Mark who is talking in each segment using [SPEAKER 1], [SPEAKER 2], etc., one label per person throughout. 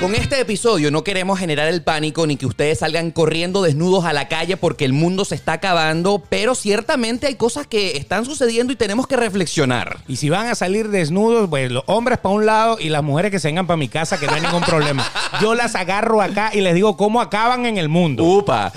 [SPEAKER 1] Con este episodio no queremos generar el pánico ni que ustedes salgan corriendo desnudos a la calle porque el mundo se está acabando, pero ciertamente hay cosas que están sucediendo y tenemos que reflexionar.
[SPEAKER 2] Y si van a salir desnudos, pues los hombres para un lado y las mujeres que se vengan para mi casa, que no hay ningún problema. Yo las agarro acá y les digo cómo acaban en el mundo.
[SPEAKER 1] Upa.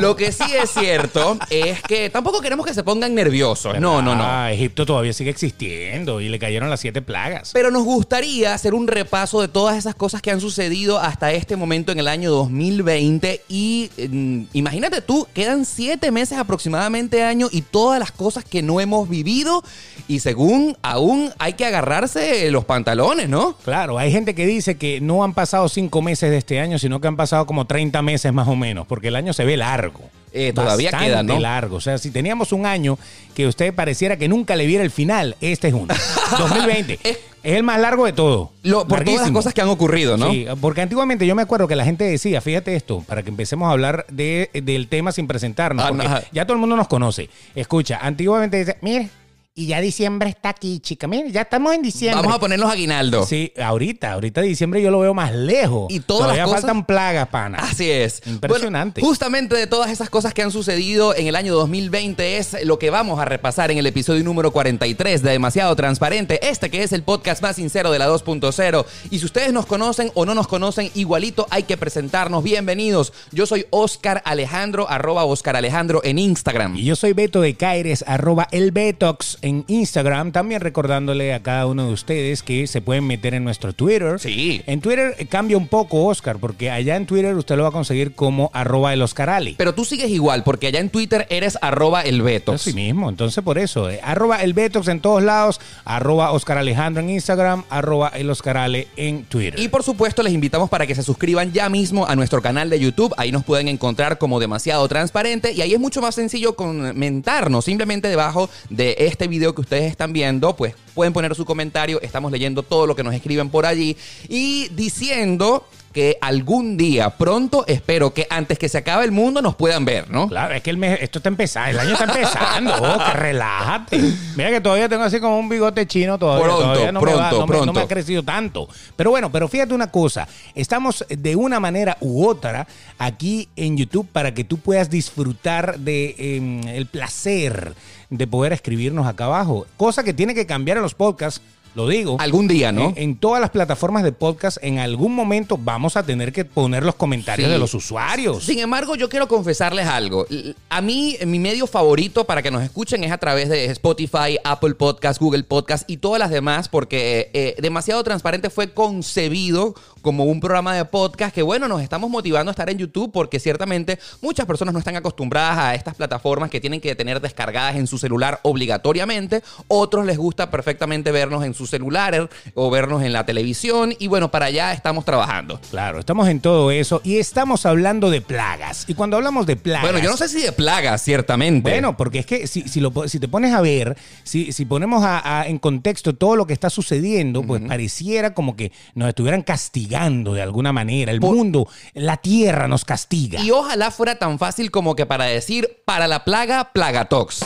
[SPEAKER 1] Lo que sí es cierto es que tampoco queremos que se pongan nerviosos. No, no, no.
[SPEAKER 2] Ah, Egipto todavía sigue existiendo y le cayeron las siete plagas.
[SPEAKER 1] Pero nos gustaría hacer un repaso de todas esas cosas que han sucedido hasta este momento en el año 2020. Y mm, imagínate tú, quedan siete meses aproximadamente año y todas las cosas que no hemos vivido. Y según aún hay que agarrarse los pantalones, ¿no?
[SPEAKER 2] Claro, hay gente que dice que no han pasado cinco meses de este año, sino que han pasado como 30 meses más o menos, porque el año se ve largo.
[SPEAKER 1] Eh, todavía
[SPEAKER 2] Bastante
[SPEAKER 1] queda, ¿no?
[SPEAKER 2] largo. O sea, si teníamos un año que usted pareciera que nunca le viera el final, este es uno. 2020. es el más largo de todo.
[SPEAKER 1] Lo- por todas las
[SPEAKER 2] Larguísimo.
[SPEAKER 1] cosas que han ocurrido, ¿no?
[SPEAKER 2] Sí, porque antiguamente yo me acuerdo que la gente decía, fíjate esto, para que empecemos a hablar de, del tema sin presentarnos,
[SPEAKER 1] Ah,
[SPEAKER 2] porque
[SPEAKER 1] no.
[SPEAKER 2] ya todo el mundo nos conoce. Escucha, antiguamente dice, mira, y ya diciembre está aquí, chica, mira, ya estamos en diciembre.
[SPEAKER 1] Vamos a poner los aguinaldos.
[SPEAKER 2] Sí, ahorita, ahorita diciembre yo lo veo más lejos.
[SPEAKER 1] Y todas las
[SPEAKER 2] Todavía
[SPEAKER 1] cosas-
[SPEAKER 2] faltan plagas, pana.
[SPEAKER 1] Así es.
[SPEAKER 2] Impresionante.
[SPEAKER 1] Bueno, justamente de todas esas cosas que han sucedido en el año 2020 es lo que vamos a repasar en el episodio número 43 de Demasiado Transparente, este que es el podcast más sincero de la 2.0. Y si ustedes nos conocen o no nos conocen, igualito hay que presentarnos. Bienvenidos. Yo soy Oscar Alejandro, arroba Oscar Alejandro en Instagram.
[SPEAKER 2] Y yo soy Beto de Caires, arroba el Betox en Instagram. También recordándole a cada uno de ustedes que se pueden meter en nuestro Twitter.
[SPEAKER 1] Sí.
[SPEAKER 2] En Twitter eh, cambia un poco, Oscar, porque allá en Twitter usted lo va a conseguir como arroba el Oscarali.
[SPEAKER 1] Pero tú sigues igual, porque allá en Twitter eres arroba el Beto.
[SPEAKER 2] Así mismo, entonces por eso, eh, arroba el Betox en todos lados, arroba Oscar Alejandro en Instagram, arroba el Oscarale en Twitter.
[SPEAKER 1] Y por supuesto les invitamos para que se suscriban ya mismo a nuestro canal de YouTube. Ahí nos pueden encontrar como demasiado transparente y ahí es mucho más sencillo comentarnos. Simplemente debajo de este video que ustedes están viendo, pues pueden poner su comentario. Estamos leyendo todo lo que nos escriben por allí y diciendo que algún día pronto espero que antes que se acabe el mundo nos puedan ver, ¿no?
[SPEAKER 2] Claro, es que el mes- esto está empezando, el año está empezando, Oscar, relájate. Mira que todavía tengo así como un bigote chino todavía.
[SPEAKER 1] Pronto,
[SPEAKER 2] todavía no me va,
[SPEAKER 1] pronto,
[SPEAKER 2] no me- no me
[SPEAKER 1] pronto.
[SPEAKER 2] ha crecido tanto. Pero bueno, pero fíjate una cosa, estamos de una manera u otra aquí en YouTube para que tú puedas disfrutar de em, el placer de poder escribirnos acá abajo, cosa que tiene que cambiar en los podcasts, lo digo.
[SPEAKER 1] Algún día, ¿no?
[SPEAKER 2] En, en todas las plataformas de podcast, en algún momento vamos a tener que poner los comentarios
[SPEAKER 1] Sí.
[SPEAKER 2] de los usuarios.
[SPEAKER 1] Sin embargo, yo quiero confesarles algo. L- A mí, mi medio favorito para que nos escuchen es a través de Spotify, Apple Podcast, Google Podcast y todas las demás, porque eh, Demasiado Transparente fue concebido como un programa de podcast que, bueno, nos estamos motivando a estar en YouTube porque ciertamente muchas personas no están acostumbradas a estas plataformas que tienen que tener descargadas en su celular obligatoriamente. Otros les gusta perfectamente vernos en su celular o vernos en la televisión y, bueno, para allá estamos trabajando.
[SPEAKER 2] Claro, estamos en todo eso y estamos hablando de plagas. Y cuando hablamos de plagas.
[SPEAKER 1] Bueno, yo no sé si de plagas, ciertamente.
[SPEAKER 2] Bueno, porque es que si, si, lo po- si te pones a ver, si, si ponemos a- a- en contexto todo lo que está sucediendo, pues pareciera como que nos estuvieran castigando de alguna manera. El mundo, la tierra nos castiga.
[SPEAKER 1] Y ojalá fuera tan fácil como que para decir para la plaga, plagatox.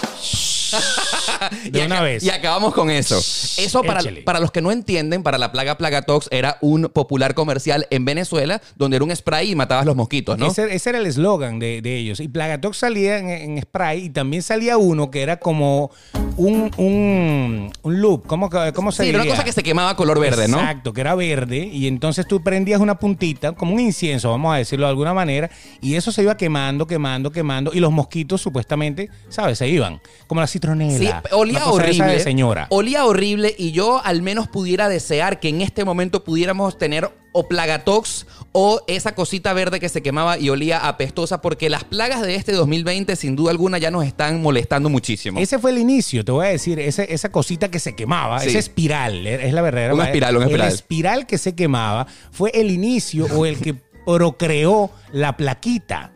[SPEAKER 2] De una vez.
[SPEAKER 1] Y acabamos con eso. Eso para,
[SPEAKER 2] échale.
[SPEAKER 1] para los que no entienden, para la plaga Plagatox era un popular comercial en Venezuela donde era un spray y matabas los mosquitos, ¿no?
[SPEAKER 2] Ese, ese era el eslogan de, de ellos. Y Plagatox salía en, en spray y también salía uno que era como un, un, un loop. ¿Cómo, que- cómo se
[SPEAKER 1] sí, era una
[SPEAKER 2] diría?
[SPEAKER 1] cosa que se quemaba color verde, ¿no?
[SPEAKER 2] Exacto, que era verde. Y entonces tú prendías una puntita, como un incienso, vamos a decirlo de alguna manera, y eso se iba quemando, quemando, quemando. Y los mosquitos, supuestamente, ¿sabes? Se iban. Como la citronela.
[SPEAKER 1] Sí,
[SPEAKER 2] una
[SPEAKER 1] olía
[SPEAKER 2] cosa de esa
[SPEAKER 1] horrible.
[SPEAKER 2] de señora.
[SPEAKER 1] Olía horrible y yo al menos pudiera desear que en este momento pudiéramos tener o plagatox o esa cosita verde que se quemaba y olía apestosa porque las plagas de este 2020 sin duda alguna ya nos están molestando muchísimo.
[SPEAKER 2] Ese fue el inicio, te voy a decir, ese- esa cosita que se quemaba,
[SPEAKER 1] Sí.
[SPEAKER 2] esa espiral, e, es es la verdadera.
[SPEAKER 1] Una espiral, una espiral.
[SPEAKER 2] El espiral que se quemaba fue el inicio o el que procreó la plaquita.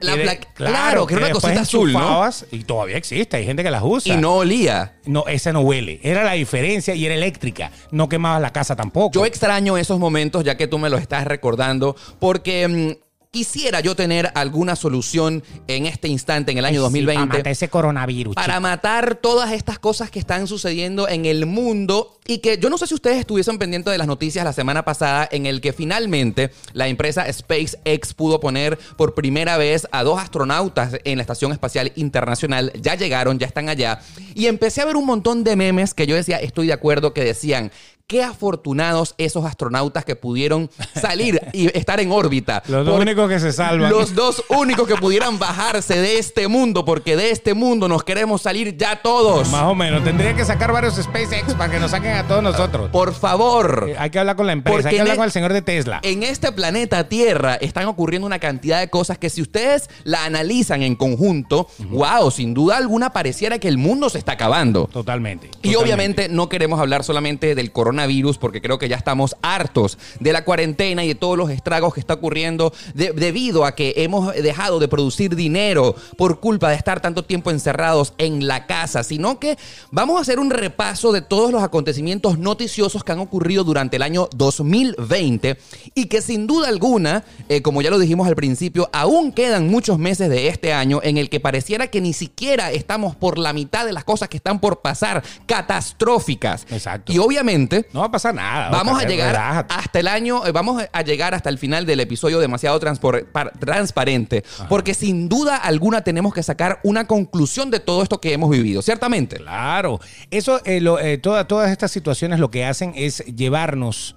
[SPEAKER 1] La
[SPEAKER 2] Que de-
[SPEAKER 1] pla- claro, que era una
[SPEAKER 2] después
[SPEAKER 1] cosita azul, ¿no?
[SPEAKER 2] enchufabas, Y todavía existe, hay gente que las usa.
[SPEAKER 1] Y no olía.
[SPEAKER 2] No, esa no huele. Era la diferencia y era eléctrica. No quemabas la casa tampoco.
[SPEAKER 1] Yo extraño esos momentos ya que tú me los estás recordando porque... mm, Quisiera yo tener alguna solución en este instante, en el año
[SPEAKER 2] Sí, para
[SPEAKER 1] 2020,
[SPEAKER 2] matar ese coronavirus.
[SPEAKER 1] para
[SPEAKER 2] chico.
[SPEAKER 1] matar todas estas cosas que están sucediendo en el mundo y que yo no sé si ustedes estuviesen pendientes de las noticias la semana pasada en el que finalmente la empresa SpaceX pudo poner por primera vez a dos astronautas en la Estación Espacial Internacional. Ya llegaron, ya están allá. Y empecé a ver un montón de memes que yo decía, estoy de acuerdo, que decían... Qué afortunados esos astronautas que pudieron salir y estar en órbita.
[SPEAKER 2] Los dos
[SPEAKER 1] Porque-
[SPEAKER 2] únicos que se salvan.
[SPEAKER 1] los dos únicos que pudieran bajarse de este mundo, porque de este mundo nos queremos salir ya todos.
[SPEAKER 2] Más o menos. Tendría que sacar varios SpaceX para que nos saquen a todos nosotros.
[SPEAKER 1] Por favor.
[SPEAKER 2] Eh, Hay que hablar con la empresa,
[SPEAKER 1] Porque
[SPEAKER 2] hay que
[SPEAKER 1] en
[SPEAKER 2] hablar
[SPEAKER 1] e-
[SPEAKER 2] con el señor de Tesla.
[SPEAKER 1] En este planeta Tierra están ocurriendo una cantidad de cosas que si ustedes la analizan en conjunto, wow, sin duda alguna pareciera que el mundo se está acabando.
[SPEAKER 2] Totalmente.
[SPEAKER 1] Y
[SPEAKER 2] totalmente.
[SPEAKER 1] obviamente no queremos hablar solamente del coronavirus porque creo que ya estamos hartos de la cuarentena y de todos los estragos que está ocurriendo de- debido a que hemos dejado de producir dinero por culpa de estar tanto tiempo encerrados en la casa, sino que vamos a hacer un repaso de todos los acontecimientos noticiosos que han ocurrido durante el año 2020 y que sin duda alguna, eh, como ya lo dijimos al principio, aún quedan muchos meses de este año en el que pareciera que ni siquiera estamos por la mitad de las cosas que están por pasar, catastróficas.
[SPEAKER 2] Exacto.
[SPEAKER 1] Y obviamente
[SPEAKER 2] No va a pasar nada.
[SPEAKER 1] Vamos a
[SPEAKER 2] Oscar,
[SPEAKER 1] llegar
[SPEAKER 2] relájate.
[SPEAKER 1] hasta el año, eh, vamos a llegar hasta el final del episodio demasiado transpor- par- transparente, porque sin duda alguna tenemos que sacar una conclusión de todo esto que hemos vivido, ciertamente.
[SPEAKER 2] Claro. Eso, eh, lo, eh, toda- todas estas situaciones lo que hacen es llevarnos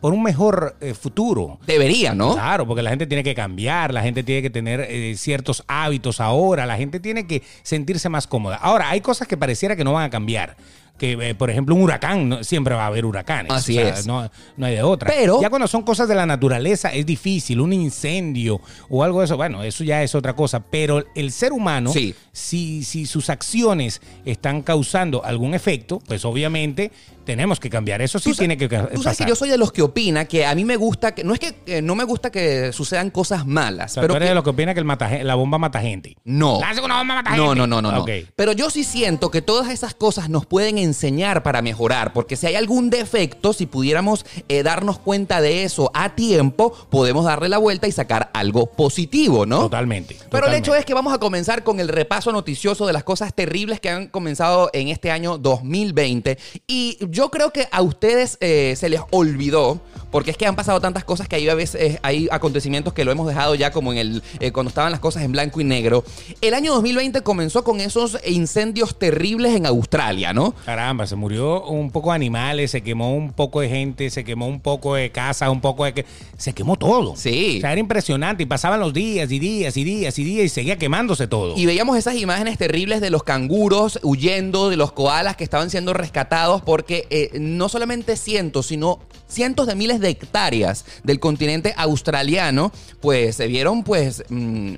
[SPEAKER 2] por un mejor eh, futuro.
[SPEAKER 1] Debería, ¿no?
[SPEAKER 2] Claro, porque la gente tiene que cambiar, la gente tiene que tener eh, ciertos hábitos ahora, la gente tiene que sentirse más cómoda. Ahora, hay cosas que pareciera que no van a cambiar. Que, eh, por ejemplo, un huracán, ¿no? siempre va a haber huracanes.
[SPEAKER 1] Así es.
[SPEAKER 2] No, no hay de otra.
[SPEAKER 1] Pero-
[SPEAKER 2] Ya cuando son cosas de la naturaleza es difícil, un incendio o algo de eso, bueno, eso ya es otra cosa. Pero el ser humano,
[SPEAKER 1] Sí.
[SPEAKER 2] si, si sus acciones están causando algún efecto, pues obviamente tenemos que cambiar. Eso sí
[SPEAKER 1] sa-
[SPEAKER 2] tiene que ca-
[SPEAKER 1] Tú sabes
[SPEAKER 2] pasar.
[SPEAKER 1] que yo soy de los que opina que a mí me gusta que no es que eh, no me gusta que sucedan cosas malas,
[SPEAKER 2] O sea,
[SPEAKER 1] pero
[SPEAKER 2] tú eres
[SPEAKER 1] que-
[SPEAKER 2] de los que opina que el mata- la bomba mata gente.
[SPEAKER 1] no.
[SPEAKER 2] Lance una bomba, mata
[SPEAKER 1] Oh. No,
[SPEAKER 2] gente.
[SPEAKER 1] no, no, no, no.
[SPEAKER 2] Ok.
[SPEAKER 1] Pero yo sí siento que todas esas cosas nos pueden enseñar para mejorar, porque si hay algún defecto, si pudiéramos eh, darnos cuenta de eso a tiempo, podemos darle la vuelta y sacar algo positivo, ¿no?
[SPEAKER 2] Totalmente.
[SPEAKER 1] Oh. Pero el hecho es que vamos a comenzar con el repaso noticioso de las cosas terribles que han comenzado en este año 2020. Y yo creo que a ustedes eh, se les olvidó, porque es que han pasado tantas cosas que hay, a veces, eh, hay acontecimientos que lo hemos dejado ya como en el eh, cuando estaban las cosas en blanco y negro. El año 2020 comenzó con esos incendios terribles en Australia, ¿no?
[SPEAKER 2] Caramba, se murió un poco de animales, se quemó un poco de gente, se quemó un poco de casa, un poco de... que- Se quemó todo.
[SPEAKER 1] Sí.
[SPEAKER 2] O sea, era impresionante y pasaban los días y días y días y días y seguía quemándose todo.
[SPEAKER 1] Y veíamos esas imágenes terribles de los canguros huyendo, de los koalas que estaban siendo rescatados, porque eh, no solamente cientos, sino cientos de miles de hectáreas del continente australiano, pues se vieron pues... mm,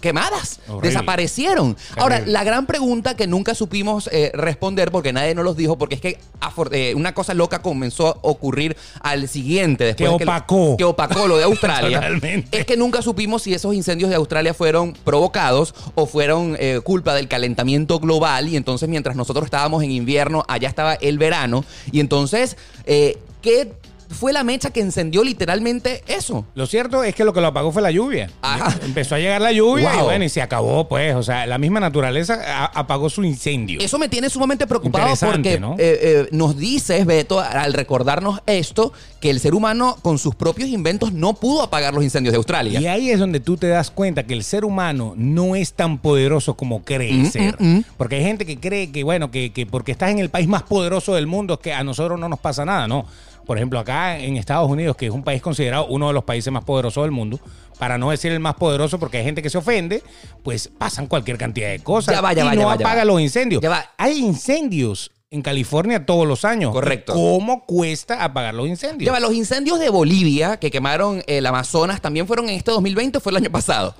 [SPEAKER 1] Quemadas,
[SPEAKER 2] Horrible.
[SPEAKER 1] desaparecieron. Ahora,
[SPEAKER 2] Terrible.
[SPEAKER 1] la gran pregunta que nunca supimos eh, responder porque nadie nos los dijo, porque es que afor- eh, una cosa loca comenzó a ocurrir al siguiente. Después
[SPEAKER 2] Que
[SPEAKER 1] de lo-
[SPEAKER 2] opacó.
[SPEAKER 1] que opacó lo de Australia.
[SPEAKER 2] Totalmente.
[SPEAKER 1] Es que nunca supimos si esos incendios de Australia fueron provocados o fueron eh, culpa del calentamiento global. Y entonces, mientras nosotros estábamos en invierno, allá estaba el verano. Y entonces, eh, ¿qué fue la mecha que encendió literalmente eso?
[SPEAKER 2] Lo cierto es que lo que lo apagó fue la lluvia.
[SPEAKER 1] Ajá.
[SPEAKER 2] Empezó a llegar la lluvia y
[SPEAKER 1] Wow.
[SPEAKER 2] bueno, y se acabó pues. O sea, la misma naturaleza a- apagó su incendio.
[SPEAKER 1] Eso me tiene sumamente preocupado
[SPEAKER 2] Interesante,
[SPEAKER 1] porque
[SPEAKER 2] ¿no?
[SPEAKER 1] eh, eh, nos dices, Beto, al recordarnos esto, que el ser humano con sus propios inventos no pudo apagar los incendios de Australia.
[SPEAKER 2] Y ahí es donde tú te das cuenta que el ser humano no es tan poderoso como cree
[SPEAKER 1] Mm,
[SPEAKER 2] ser. Porque hay gente que cree que, bueno, que, que porque estás en el país más poderoso del mundo es que a nosotros no nos pasa nada, ¿no? Por ejemplo, acá en Estados Unidos, que es un país considerado uno de los países más poderosos del mundo, para no decir el más poderoso porque hay gente que se ofende, pues pasan cualquier cantidad de cosas
[SPEAKER 1] Ya va, ya
[SPEAKER 2] y
[SPEAKER 1] va,
[SPEAKER 2] no
[SPEAKER 1] ya va, ya
[SPEAKER 2] apaga
[SPEAKER 1] va.
[SPEAKER 2] los incendios.
[SPEAKER 1] Ya va.
[SPEAKER 2] Hay incendios en California todos los años.
[SPEAKER 1] Correcto.
[SPEAKER 2] ¿Cómo cuesta apagar los incendios?
[SPEAKER 1] Ya va, eh, los incendios de Bolivia que quemaron el Amazonas también fueron en este 2020 o fue el año pasado.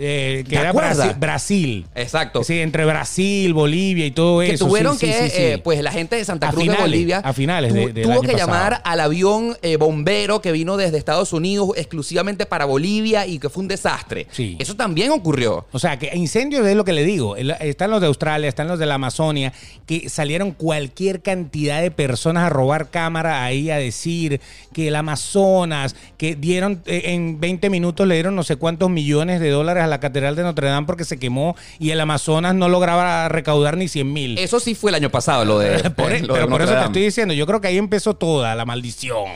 [SPEAKER 2] eh, que
[SPEAKER 1] ¿Te
[SPEAKER 2] era
[SPEAKER 1] acuerdas? Eh,
[SPEAKER 2] Brasi- Brasil.
[SPEAKER 1] Exacto.
[SPEAKER 2] Sí, entre Brasil, Bolivia y todo
[SPEAKER 1] que
[SPEAKER 2] eso. sí,
[SPEAKER 1] tuvieron
[SPEAKER 2] sí,
[SPEAKER 1] que,
[SPEAKER 2] sí, sí.
[SPEAKER 1] eh, pues la gente de Santa
[SPEAKER 2] A
[SPEAKER 1] Cruz de
[SPEAKER 2] finales,
[SPEAKER 1] Bolivia
[SPEAKER 2] a finales de- del
[SPEAKER 1] tuvo
[SPEAKER 2] año
[SPEAKER 1] que llamar
[SPEAKER 2] pasado.
[SPEAKER 1] al avión eh, bombero que vino desde Estados Unidos exclusivamente para Bolivia y que fue un desastre.
[SPEAKER 2] Sí.
[SPEAKER 1] Eso también ocurrió.
[SPEAKER 2] O sea, que incendios es lo que le digo. El- Están los de Australia, están los de la Amazonia, que salieron cualquier cantidad de personas a robar cámara ahí a decir que el Amazonas, que dieron eh, en 20 minutos le dieron no sé cuántos millones de dólares a la Catedral de Notre Dame porque se quemó y el Amazonas no lograba recaudar ni 100 mil.
[SPEAKER 1] Eso sí fue el año pasado, lo de.
[SPEAKER 2] Por, e,
[SPEAKER 1] lo de
[SPEAKER 2] pero por
[SPEAKER 1] Notre
[SPEAKER 2] eso te
[SPEAKER 1] Dame.
[SPEAKER 2] estoy diciendo, yo creo que ahí empezó toda la maldición.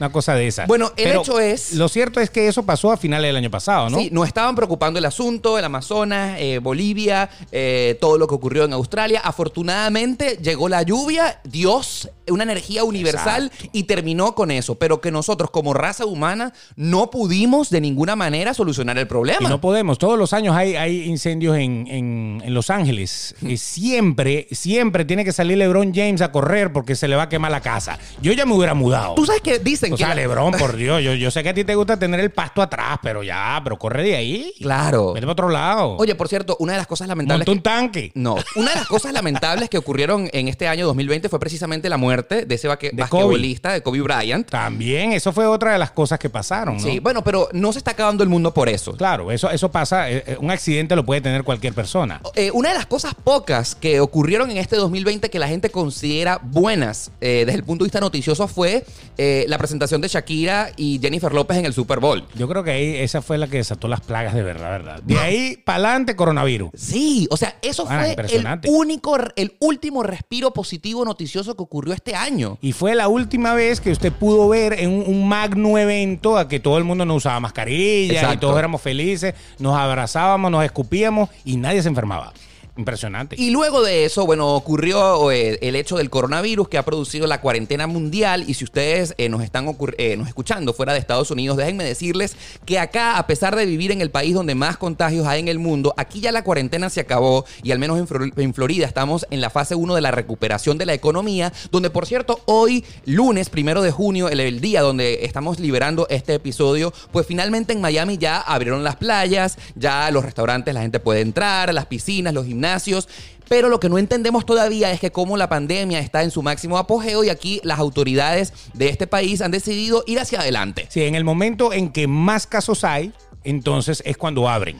[SPEAKER 2] Una cosa de esa.
[SPEAKER 1] Bueno, el hecho es-
[SPEAKER 2] Lo cierto es que eso pasó a finales del año pasado, ¿no?
[SPEAKER 1] Sí, nos estaban preocupando el asunto, el Amazonas, eh, Bolivia, eh, todo lo que ocurrió en Australia. Afortunadamente llegó la lluvia, Dios, una energía universal y terminó con eso. Pero que nosotros como raza humana no pudimos de ninguna manera solucionar el
[SPEAKER 2] Y
[SPEAKER 1] problema.
[SPEAKER 2] no podemos. Todos los años hay, hay incendios en, en- en Los Ángeles.
[SPEAKER 1] Mm.
[SPEAKER 2] Y siempre, siempre tiene que salir LeBron James a correr porque se le va a quemar la casa. Yo ya me hubiera mudado.
[SPEAKER 1] Tú sabes que dicen
[SPEAKER 2] o
[SPEAKER 1] que...
[SPEAKER 2] sea,
[SPEAKER 1] la-
[SPEAKER 2] LeBron, por Dios, yo, yo sé que a ti te gusta tener el pasto atrás, pero ya, pero corre de ahí.
[SPEAKER 1] Claro.
[SPEAKER 2] Vete para otro lado.
[SPEAKER 1] Oye, por cierto, una de las cosas lamentables...
[SPEAKER 2] Monta un
[SPEAKER 1] que-
[SPEAKER 2] tanque.
[SPEAKER 1] No, una de las cosas lamentables que ocurrieron en este año 2020 fue precisamente la muerte de ese baque-
[SPEAKER 2] De Kobe.
[SPEAKER 1] basquetbolista, de Kobe Bryant.
[SPEAKER 2] También, eso fue otra de las cosas que pasaron, ¿no?
[SPEAKER 1] Sí, bueno, pero no se está acabando el mundo por eso.
[SPEAKER 2] Claro, eso, eso pasa. eh, eh, Un accidente lo puede tener cualquier persona.
[SPEAKER 1] Eh, una de las cosas pocas que ocurrieron en este 2020 que la gente considera buenas eh, desde el punto de vista noticioso fue eh, la presentación de Shakira y Jennifer López en el Super Bowl.
[SPEAKER 2] Yo creo que ahí esa fue la que desató las plagas de verdad, ¿verdad? De ahí para adelante, coronavirus.
[SPEAKER 1] Sí, o sea, eso
[SPEAKER 2] Ah,
[SPEAKER 1] fue el
[SPEAKER 2] impresionante.
[SPEAKER 1] único, el último respiro positivo noticioso que ocurrió este año.
[SPEAKER 2] Y fue la última vez que usted pudo ver en un, un magno evento a que todo el mundo no usaba mascarilla y
[SPEAKER 1] Exacto.
[SPEAKER 2] todos éramos felices, nos abrazábamos, nos escupíamos y nadie se enfermaba. Impresionante.
[SPEAKER 1] Y luego de eso, bueno, ocurrió eh, el hecho del coronavirus que ha producido la cuarentena mundial. Y si ustedes eh, nos están ocurr- eh, nos escuchando fuera de Estados Unidos, déjenme decirles que acá, a pesar de vivir en el país donde más contagios hay en el mundo, aquí ya la cuarentena se acabó y al menos en, Flor- en Florida estamos en la fase 1 de la recuperación de la economía, donde por cierto, hoy, lunes primero de junio, el, el día donde estamos liberando este episodio, pues finalmente en Miami ya abrieron las playas, ya los restaurantes la gente puede entrar, las piscinas, los gimnasios. Pero lo que no entendemos todavía es que como la pandemia está en su máximo apogeo y aquí las autoridades de este país han decidido ir hacia adelante.
[SPEAKER 2] Sí, en el momento en que más casos hay, entonces es cuando abren.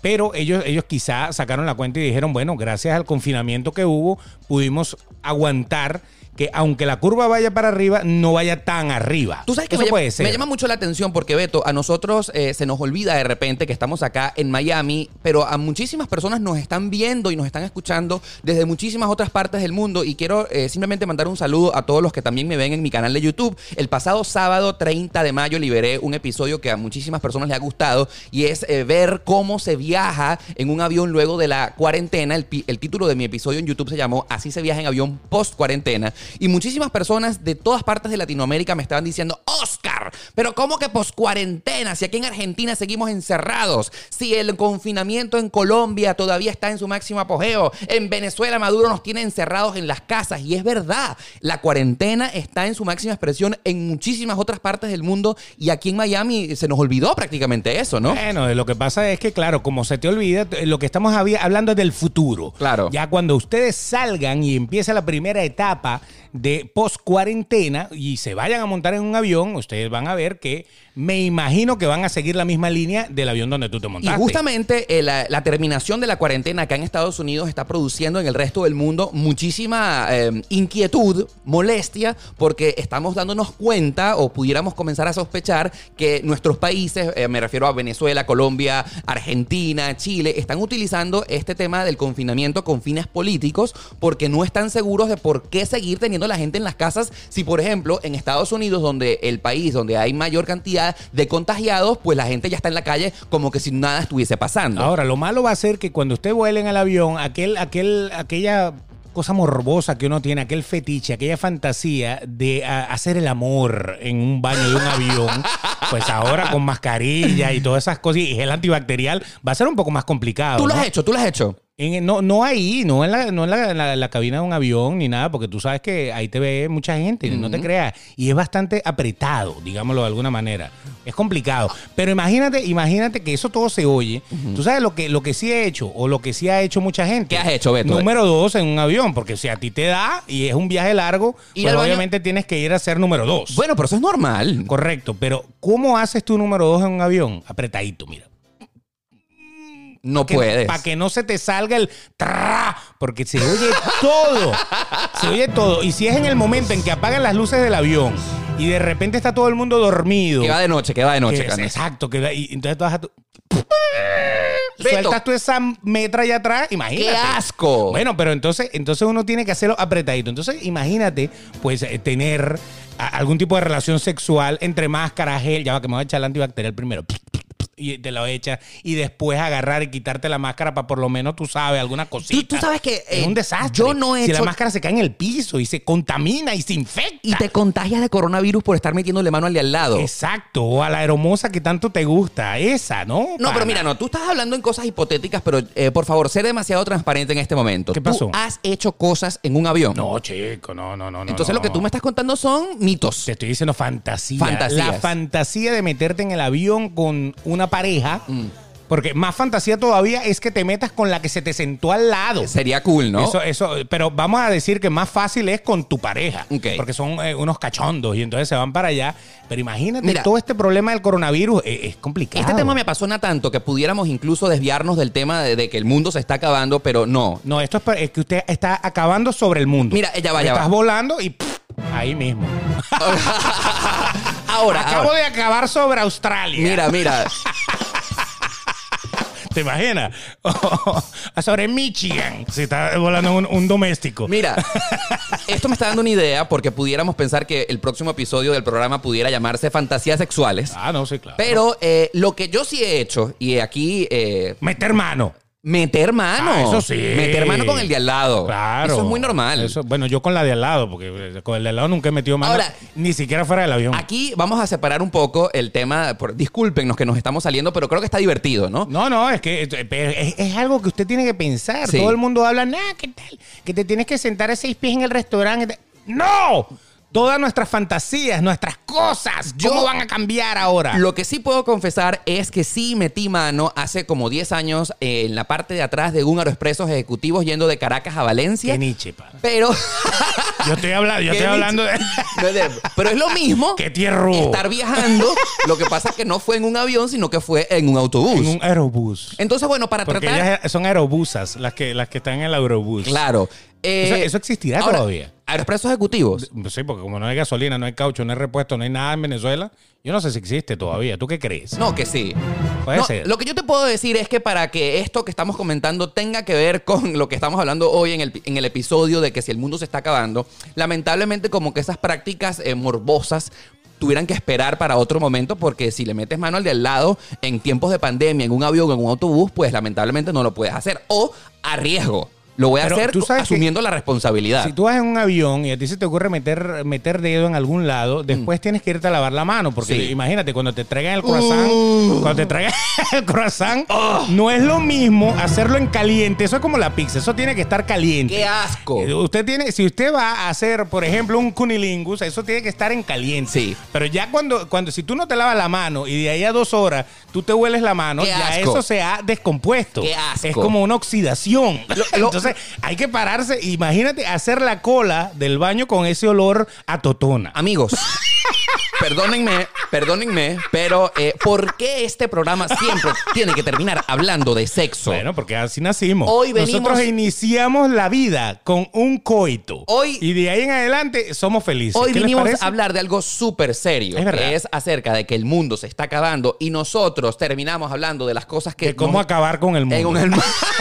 [SPEAKER 2] Pero ellos, ellos quizá sacaron la cuenta y dijeron, bueno, gracias al confinamiento que hubo, pudimos aguantar que aunque la curva vaya para arriba, no vaya tan arriba.
[SPEAKER 1] Tú sabes que
[SPEAKER 2] Eso
[SPEAKER 1] me, llama-
[SPEAKER 2] puede ser.
[SPEAKER 1] me llama mucho la atención porque, Beto, a nosotros eh, se nos olvida de repente que estamos acá en Miami, pero a muchísimas personas nos están viendo y nos están escuchando desde muchísimas otras partes del mundo. Y quiero eh, simplemente mandar un saludo a todos los que también me ven en mi canal de YouTube. El pasado sábado 30 de mayo liberé un episodio que a muchísimas personas les ha gustado y es eh, ver cómo se viaja en un avión luego de la cuarentena. El, pi- el título de mi episodio en YouTube se llamó Así se viaja en avión post cuarentena. Y muchísimas personas de todas partes de Latinoamérica me estaban diciendo, Oscar, pero ¿cómo que post cuarentena? Si aquí en Argentina seguimos encerrados, si el confinamiento en Colombia todavía está en su máximo apogeo, en Venezuela Maduro nos tiene encerrados en las casas. Y es verdad, la cuarentena está en su máxima expresión en muchísimas otras partes del mundo y aquí en Miami se nos olvidó prácticamente eso, ¿no?
[SPEAKER 2] Bueno, de lo que pasa es que, claro, como se te olvida, t- lo que estamos habi- hablando es del futuro.
[SPEAKER 1] Claro.
[SPEAKER 2] Ya cuando ustedes salgan y empieza la primera etapa de post-cuarentena y se vayan a montar en un avión, ustedes van a ver que me imagino que van a seguir la misma línea del avión donde tú te
[SPEAKER 1] Y
[SPEAKER 2] montaste.
[SPEAKER 1] justamente eh, la, la terminación de la cuarentena acá en Estados Unidos está produciendo en el resto del mundo muchísima eh, inquietud, molestia, porque estamos dándonos cuenta o pudiéramos comenzar a sospechar que nuestros países, eh, me refiero a Venezuela, Colombia, Argentina, Chile, están utilizando este tema del confinamiento con fines políticos porque no están seguros de por qué seguir teniendo a la gente en las casas si, por ejemplo, en Estados Unidos, donde el país donde hay mayor cantidad de contagiados, pues la gente ya está en la calle como que si nada estuviese pasando.
[SPEAKER 2] Ahora, lo malo va a ser que cuando usted vuele en el avión, aquel, aquel, aquella cosa morbosa que uno tiene, aquel fetiche, aquella fantasía de a, hacer el amor en un baño de un avión, pues ahora con mascarilla y todas esas cosas y gel antibacterial va a ser un poco más complicado.
[SPEAKER 1] tú lo
[SPEAKER 2] ¿no?
[SPEAKER 1] has hecho, tú lo has hecho.
[SPEAKER 2] En- no, no ahí, no en, la, no en la, la- la cabina de un avión ni nada, porque tú sabes que ahí te ve mucha gente, no te creas. Y es bastante apretado, digámoslo de alguna manera. Es complicado. Pero imagínate, imagínate que eso todo se oye. Tú sabes lo que, lo que sí he hecho o lo que sí ha hecho mucha gente.
[SPEAKER 1] ¿Qué has hecho, Beto?
[SPEAKER 2] Número dos en un avión, porque si a ti te da y es un viaje largo,
[SPEAKER 1] Ir
[SPEAKER 2] pues
[SPEAKER 1] al baño-
[SPEAKER 2] obviamente tienes que ir a ser número dos.
[SPEAKER 1] Bueno, pero eso es normal.
[SPEAKER 2] Correcto, pero ¿cómo haces tu número dos en un avión? Apretadito, mira.
[SPEAKER 1] No puedes.
[SPEAKER 2] Para que no se te salga el tra, porque se oye todo. se oye todo. Y si es en el momento en que apagan las luces del avión y de repente está todo el mundo dormido.
[SPEAKER 1] Que va de noche, que va de
[SPEAKER 2] que
[SPEAKER 1] noche.
[SPEAKER 2] es-
[SPEAKER 1] carnal.
[SPEAKER 2] exacto, que va- y entonces tú vas a tu-
[SPEAKER 1] Beto.
[SPEAKER 2] sueltas tú esa metra allá atrás, imagínate.
[SPEAKER 1] ¡Qué asco!
[SPEAKER 2] Bueno, pero entonces, entonces uno tiene que hacerlo apretadito. Entonces, imagínate, pues, eh, tener a- algún tipo de relación sexual entre máscara, gel, ya va que me voy a echar el antibacterial primero. Y te lo echas y después agarrar y quitarte la máscara para por lo menos tú sabes alguna cosita.
[SPEAKER 1] tú sabes que,
[SPEAKER 2] es
[SPEAKER 1] eh,
[SPEAKER 2] un desastre.
[SPEAKER 1] yo no he
[SPEAKER 2] Si la
[SPEAKER 1] hecho-
[SPEAKER 2] máscara se cae en el piso y se contamina y se infecta.
[SPEAKER 1] y te contagias de coronavirus por estar metiéndole mano al de al lado.
[SPEAKER 2] Exacto, o a la hermosa que tanto te gusta, esa, ¿no?
[SPEAKER 1] No,
[SPEAKER 2] pana?
[SPEAKER 1] pero mira, no, tú estás hablando en cosas hipotéticas, pero eh, por favor, sé demasiado transparente en este momento.
[SPEAKER 2] ¿Qué
[SPEAKER 1] Tú
[SPEAKER 2] pasó?
[SPEAKER 1] has hecho cosas en un avión.
[SPEAKER 2] No, chico, no, no, no. no,
[SPEAKER 1] Entonces
[SPEAKER 2] no.
[SPEAKER 1] lo que tú me estás contando son mitos.
[SPEAKER 2] Te estoy diciendo fantasía.
[SPEAKER 1] Fantasías.
[SPEAKER 2] La fantasía de meterte en el avión con una pareja.
[SPEAKER 1] Mm.
[SPEAKER 2] Porque más fantasía todavía es que te metas con la que se te sentó al lado.
[SPEAKER 1] Sería cool, ¿no?
[SPEAKER 2] Eso, eso, pero vamos a decir que más fácil es con tu pareja.
[SPEAKER 1] Ok.
[SPEAKER 2] Porque son eh, unos cachondos y entonces se van para allá. Pero imagínate,
[SPEAKER 1] Mira.
[SPEAKER 2] todo este problema del coronavirus eh, es, complicado.
[SPEAKER 1] Este tema me apasiona tanto que pudiéramos incluso desviarnos del tema de, de que el mundo se está acabando, pero no.
[SPEAKER 2] No, esto es, pa- es que usted está acabando sobre el mundo.
[SPEAKER 1] Mira, ya va, ya
[SPEAKER 2] Estás
[SPEAKER 1] va.
[SPEAKER 2] volando y pff, ahí mismo.
[SPEAKER 1] Ahora,
[SPEAKER 2] Acabo
[SPEAKER 1] ahora.
[SPEAKER 2] de acabar sobre Australia.
[SPEAKER 1] mira, mira.
[SPEAKER 2] ¿Te imaginas? Oh, sobre Michigan. Si está volando un, un doméstico.
[SPEAKER 1] Mira, esto me está dando una idea porque pudiéramos pensar que el próximo episodio del programa pudiera llamarse Fantasías Sexuales.
[SPEAKER 2] Ah, no, sí, claro.
[SPEAKER 1] Pero eh, lo que yo sí he hecho, y aquí eh,
[SPEAKER 2] Meter mano.
[SPEAKER 1] meter mano.
[SPEAKER 2] Ah, eso sí.
[SPEAKER 1] Meter mano con el de al lado.
[SPEAKER 2] Claro.
[SPEAKER 1] Eso es muy normal.
[SPEAKER 2] Eso- bueno, yo con la de al lado, porque con el de al lado nunca he metido mano.
[SPEAKER 1] Ahora-
[SPEAKER 2] ni siquiera fuera del avión.
[SPEAKER 1] Aquí vamos a separar un poco el tema. Por, discúlpenos que nos estamos saliendo, pero creo que está divertido, ¿no?
[SPEAKER 2] No, no, es que es, es- es algo que usted tiene que pensar.
[SPEAKER 1] Sí.
[SPEAKER 2] Todo el mundo habla, nada, ¿qué tal? Que te tienes que sentar a seis pies en el restaurante. ¡No! Todas nuestras fantasías, nuestras cosas, ¿cómo
[SPEAKER 1] Yo-
[SPEAKER 2] van a cambiar ahora?
[SPEAKER 1] Lo que sí puedo confesar es que sí metí mano hace como 10 años eh, en la parte de atrás de un aeroexpresos ejecutivos yendo de Caracas a Valencia.
[SPEAKER 2] Qué Nietzsche, pa.
[SPEAKER 1] Pero,
[SPEAKER 2] Yo estoy hablando, yo
[SPEAKER 1] Qué
[SPEAKER 2] estoy
[SPEAKER 1] Nietzsche.
[SPEAKER 2] hablando de...
[SPEAKER 1] no es de- pero es lo mismo
[SPEAKER 2] ¡Qué tierro!
[SPEAKER 1] estar viajando. Lo que pasa es que no fue en un avión, sino que fue en un autobús.
[SPEAKER 2] En un aerobús.
[SPEAKER 1] Entonces, bueno, para
[SPEAKER 2] Porque
[SPEAKER 1] tratar.
[SPEAKER 2] ellas son aerobusas las que, las que están en el aerobús.
[SPEAKER 1] Claro. Eh,
[SPEAKER 2] Eso- eso existirá
[SPEAKER 1] ahora,
[SPEAKER 2] todavía.
[SPEAKER 1] Aeroexpresos ejecutivos.
[SPEAKER 2] Pues Sí, porque como no hay gasolina, no hay caucho, no hay repuesto, no hay nada en Venezuela, yo no sé si existe todavía. ¿Tú qué crees?
[SPEAKER 1] No, que sí.
[SPEAKER 2] Puede
[SPEAKER 1] No,
[SPEAKER 2] ser.
[SPEAKER 1] Lo que yo te puedo decir es que para que esto que estamos comentando tenga que ver con lo que estamos hablando hoy en el, en el episodio de que si el mundo se está acabando, lamentablemente como que esas prácticas eh, morbosas tuvieran que esperar para otro momento porque si le metes mano al de al lado en tiempos de pandemia, en un avión, en un autobús, pues lamentablemente no lo puedes hacer o a riesgo. Lo voy a
[SPEAKER 2] Pero
[SPEAKER 1] hacer
[SPEAKER 2] tú sabes que-
[SPEAKER 1] asumiendo la responsabilidad.
[SPEAKER 2] Si tú vas en un avión y a ti se te ocurre meter, meter dedo en algún lado, después tienes que irte a lavar la mano. Porque
[SPEAKER 1] Mm. Sí. Uh.
[SPEAKER 2] imagínate, cuando te traigan el croissant, cuando te traigan el croissant,
[SPEAKER 1] Oh.
[SPEAKER 2] no es lo mismo hacerlo en caliente. Eso es como la pizza, eso tiene que estar caliente.
[SPEAKER 1] ¡Qué asco!
[SPEAKER 2] Eh, Usted tiene, si usted va a hacer, por ejemplo, un cunilingus, eso tiene que estar en caliente.
[SPEAKER 1] Sí.
[SPEAKER 2] Pero ya cuando, cuando si tú no te lavas la mano y de ahí a dos horas tú te hueles la mano,
[SPEAKER 1] ¡Qué
[SPEAKER 2] ya
[SPEAKER 1] asco!
[SPEAKER 2] eso se ha descompuesto.
[SPEAKER 1] ¡Qué asco!
[SPEAKER 2] Es como una oxidación.
[SPEAKER 1] lo-
[SPEAKER 2] Entonces hay que pararse. Imagínate hacer la cola del baño con ese olor a totona.
[SPEAKER 1] Amigos, perdónenme, perdónenme, pero eh, ¿por qué este programa siempre tiene que terminar hablando de sexo?
[SPEAKER 2] Bueno, porque así nacimos.
[SPEAKER 1] Hoy
[SPEAKER 2] Nosotros
[SPEAKER 1] venimos-
[SPEAKER 2] iniciamos la vida con un coito.
[SPEAKER 1] Hoy-
[SPEAKER 2] y de ahí en adelante somos felices.
[SPEAKER 1] Hoy
[SPEAKER 2] ¿Qué les
[SPEAKER 1] vinimos
[SPEAKER 2] parece?
[SPEAKER 1] a hablar de algo súper serio,
[SPEAKER 2] Es verdad.
[SPEAKER 1] que es acerca de que el mundo se está acabando y nosotros terminamos hablando de las cosas que...
[SPEAKER 2] de cómo
[SPEAKER 1] nos-
[SPEAKER 2] acabar con el mundo.
[SPEAKER 1] en un- el-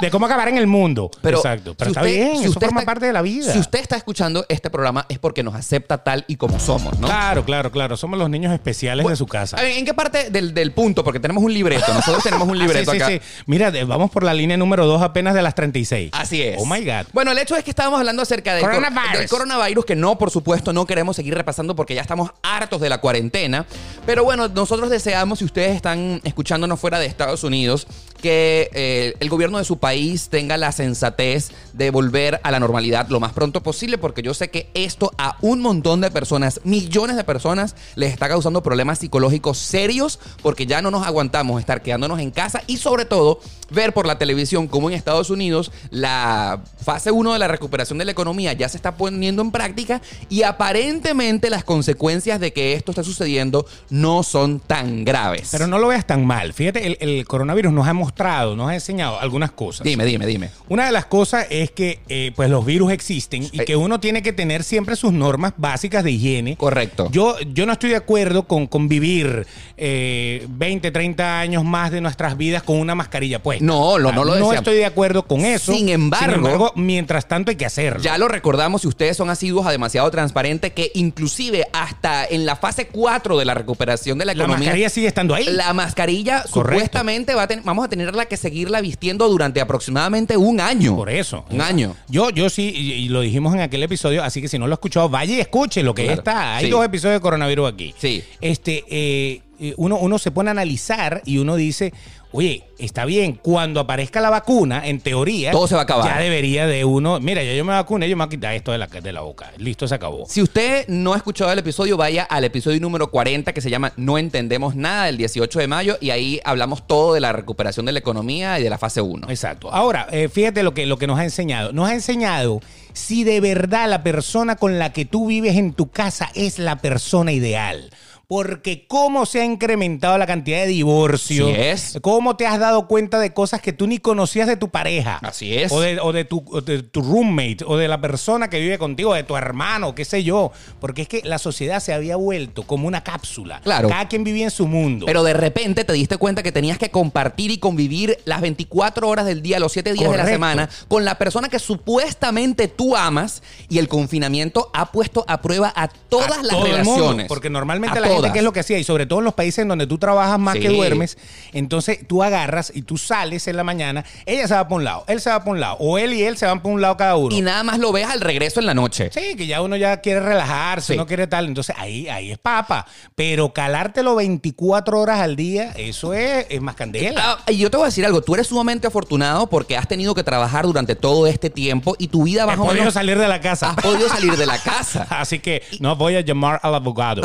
[SPEAKER 2] de cómo acabar en el mundo.
[SPEAKER 1] Pero
[SPEAKER 2] Exacto. Pero
[SPEAKER 1] si
[SPEAKER 2] está
[SPEAKER 1] usted-
[SPEAKER 2] bien,
[SPEAKER 1] si
[SPEAKER 2] eso
[SPEAKER 1] usted
[SPEAKER 2] forma
[SPEAKER 1] está-
[SPEAKER 2] parte de la vida.
[SPEAKER 1] Si usted está escuchando este programa es porque nos acepta tal y como somos, ¿no?
[SPEAKER 2] Claro, claro, claro. Somos los niños especiales de su casa.
[SPEAKER 1] A ver, ¿En qué parte del, del punto? Porque tenemos un libreto, nosotros tenemos un
[SPEAKER 2] Ah, sí,
[SPEAKER 1] libreto
[SPEAKER 2] sí,
[SPEAKER 1] acá.
[SPEAKER 2] sí. Mira, de- vamos por la línea número 2 apenas de las 36.
[SPEAKER 1] Así es.
[SPEAKER 2] Oh my God.
[SPEAKER 1] Bueno, el hecho es que estábamos hablando acerca del, cor-
[SPEAKER 2] Coronavirus.
[SPEAKER 1] del coronavirus, que no, por supuesto, no queremos seguir repasando porque ya estamos hartos de la cuarentena. Pero bueno, nosotros deseamos, si ustedes están escuchándonos fuera de Estados Unidos, que eh, el gobierno de su país tenga la sensatez de volver a la normalidad lo más pronto posible, porque yo sé que esto a un montón de personas, millones de personas, les está causando problemas psicológicos serios, porque ya no nos aguantamos estar quedándonos en casa y sobre todo ver por la televisión como en Estados Unidos la fase 1 de la recuperación de la economía ya se está poniendo en práctica y aparentemente las consecuencias de que esto está sucediendo no son tan graves.
[SPEAKER 2] Pero no lo veas tan mal. Fíjate, el, el coronavirus nos ha mostrado, nos ha enseñado algunas cosas.
[SPEAKER 1] Dime, dime, dime.
[SPEAKER 2] Una de las cosas es que eh, pues los virus existen y
[SPEAKER 1] Eh.
[SPEAKER 2] que uno tiene que tener siempre sus normas básicas de higiene.
[SPEAKER 1] Correcto.
[SPEAKER 2] Yo, yo no estoy de acuerdo con convivir eh, 20, 30 años más de nuestras vidas con una mascarilla puesta.
[SPEAKER 1] No, lo-
[SPEAKER 2] Ah,
[SPEAKER 1] no lo deseamos.
[SPEAKER 2] estoy de acuerdo con eso.
[SPEAKER 1] Sin embargo-
[SPEAKER 2] mientras tanto hay que hacerlo.
[SPEAKER 1] Ya lo recordamos, si ustedes son asiduos a demasiado transparente, que inclusive hasta en la fase 4 de la recuperación de la
[SPEAKER 2] la
[SPEAKER 1] economía.
[SPEAKER 2] mascarilla sigue estando ahí.
[SPEAKER 1] La mascarilla
[SPEAKER 2] Correcto.
[SPEAKER 1] supuestamente va a ten- vamos a tenerla que seguirla vistiendo durante aproximadamente un año.
[SPEAKER 2] Por eso.
[SPEAKER 1] Un año.
[SPEAKER 2] Yo, yo sí, y, y lo dijimos en aquel episodio, así que si no lo has escuchado, vaya y escuche lo que
[SPEAKER 1] Claro,
[SPEAKER 2] está. Hay
[SPEAKER 1] sí.
[SPEAKER 2] dos episodios de coronavirus aquí.
[SPEAKER 1] Sí.
[SPEAKER 2] Este, eh, eh, uno, uno se pone a analizar y uno dice, oye, está bien, cuando aparezca la vacuna, en teoría,
[SPEAKER 1] Todo se va a acabar.
[SPEAKER 2] Ya debería de uno, mira, ya yo me vacuné, yo me voy a quitar esto de la, de la boca. Listo, se acabó.
[SPEAKER 1] Si usted no ha escuchado el episodio, vaya al episodio número 40 que se llama No entendemos nada del 18 de mayo y ahí hablamos todo de la recuperación de la economía y de la fase 1.
[SPEAKER 2] Exacto. Ahora, eh, fíjate lo que, lo que nos ha enseñado. Nos ha enseñado si de verdad la persona con la que tú vives en tu casa es la persona ideal. Porque cómo se ha incrementado la cantidad de divorcios.
[SPEAKER 1] Así es.
[SPEAKER 2] Cómo te has dado cuenta de cosas que tú ni conocías de tu pareja.
[SPEAKER 1] Así es.
[SPEAKER 2] O de, o de tu, o de tu roommate, o de la persona que vive contigo, de tu hermano, qué sé yo. Porque es que la sociedad se había vuelto como una cápsula.
[SPEAKER 1] Claro.
[SPEAKER 2] Cada quien vivía en su mundo.
[SPEAKER 1] Pero de repente te diste cuenta que tenías que compartir y convivir las 24 horas del día, los 7 días de la
[SPEAKER 2] Correcto.
[SPEAKER 1] semana, con la persona que supuestamente tú amas y el confinamiento ha puesto a prueba a todas
[SPEAKER 2] a
[SPEAKER 1] las
[SPEAKER 2] todo el
[SPEAKER 1] relaciones.
[SPEAKER 2] mundo, porque normalmente
[SPEAKER 1] A
[SPEAKER 2] la gente
[SPEAKER 1] todas.
[SPEAKER 2] que es lo que hacía, y sobre todo en los países en donde tú trabajas más
[SPEAKER 1] Sí.
[SPEAKER 2] que duermes, entonces tú agarras y tú sales en la mañana, ella se va por un lado, él se va por un lado, o él y él se van por un lado cada uno.
[SPEAKER 1] Y nada más lo ves al regreso en la noche.
[SPEAKER 2] Sí, que ya uno ya quiere relajarse,
[SPEAKER 1] Sí.
[SPEAKER 2] no quiere tal, entonces ahí, ahí es papa. Pero calártelo 24 horas al día, eso es, es más candela.
[SPEAKER 1] Ah, y yo te voy a decir algo, tú eres sumamente afortunado porque has tenido que trabajar durante todo este tiempo y tu vida
[SPEAKER 2] He
[SPEAKER 1] más o
[SPEAKER 2] podido
[SPEAKER 1] menos Ah.
[SPEAKER 2] salir de la casa.
[SPEAKER 1] has podido salir de la casa.
[SPEAKER 2] Así que no voy a llamar al abogado.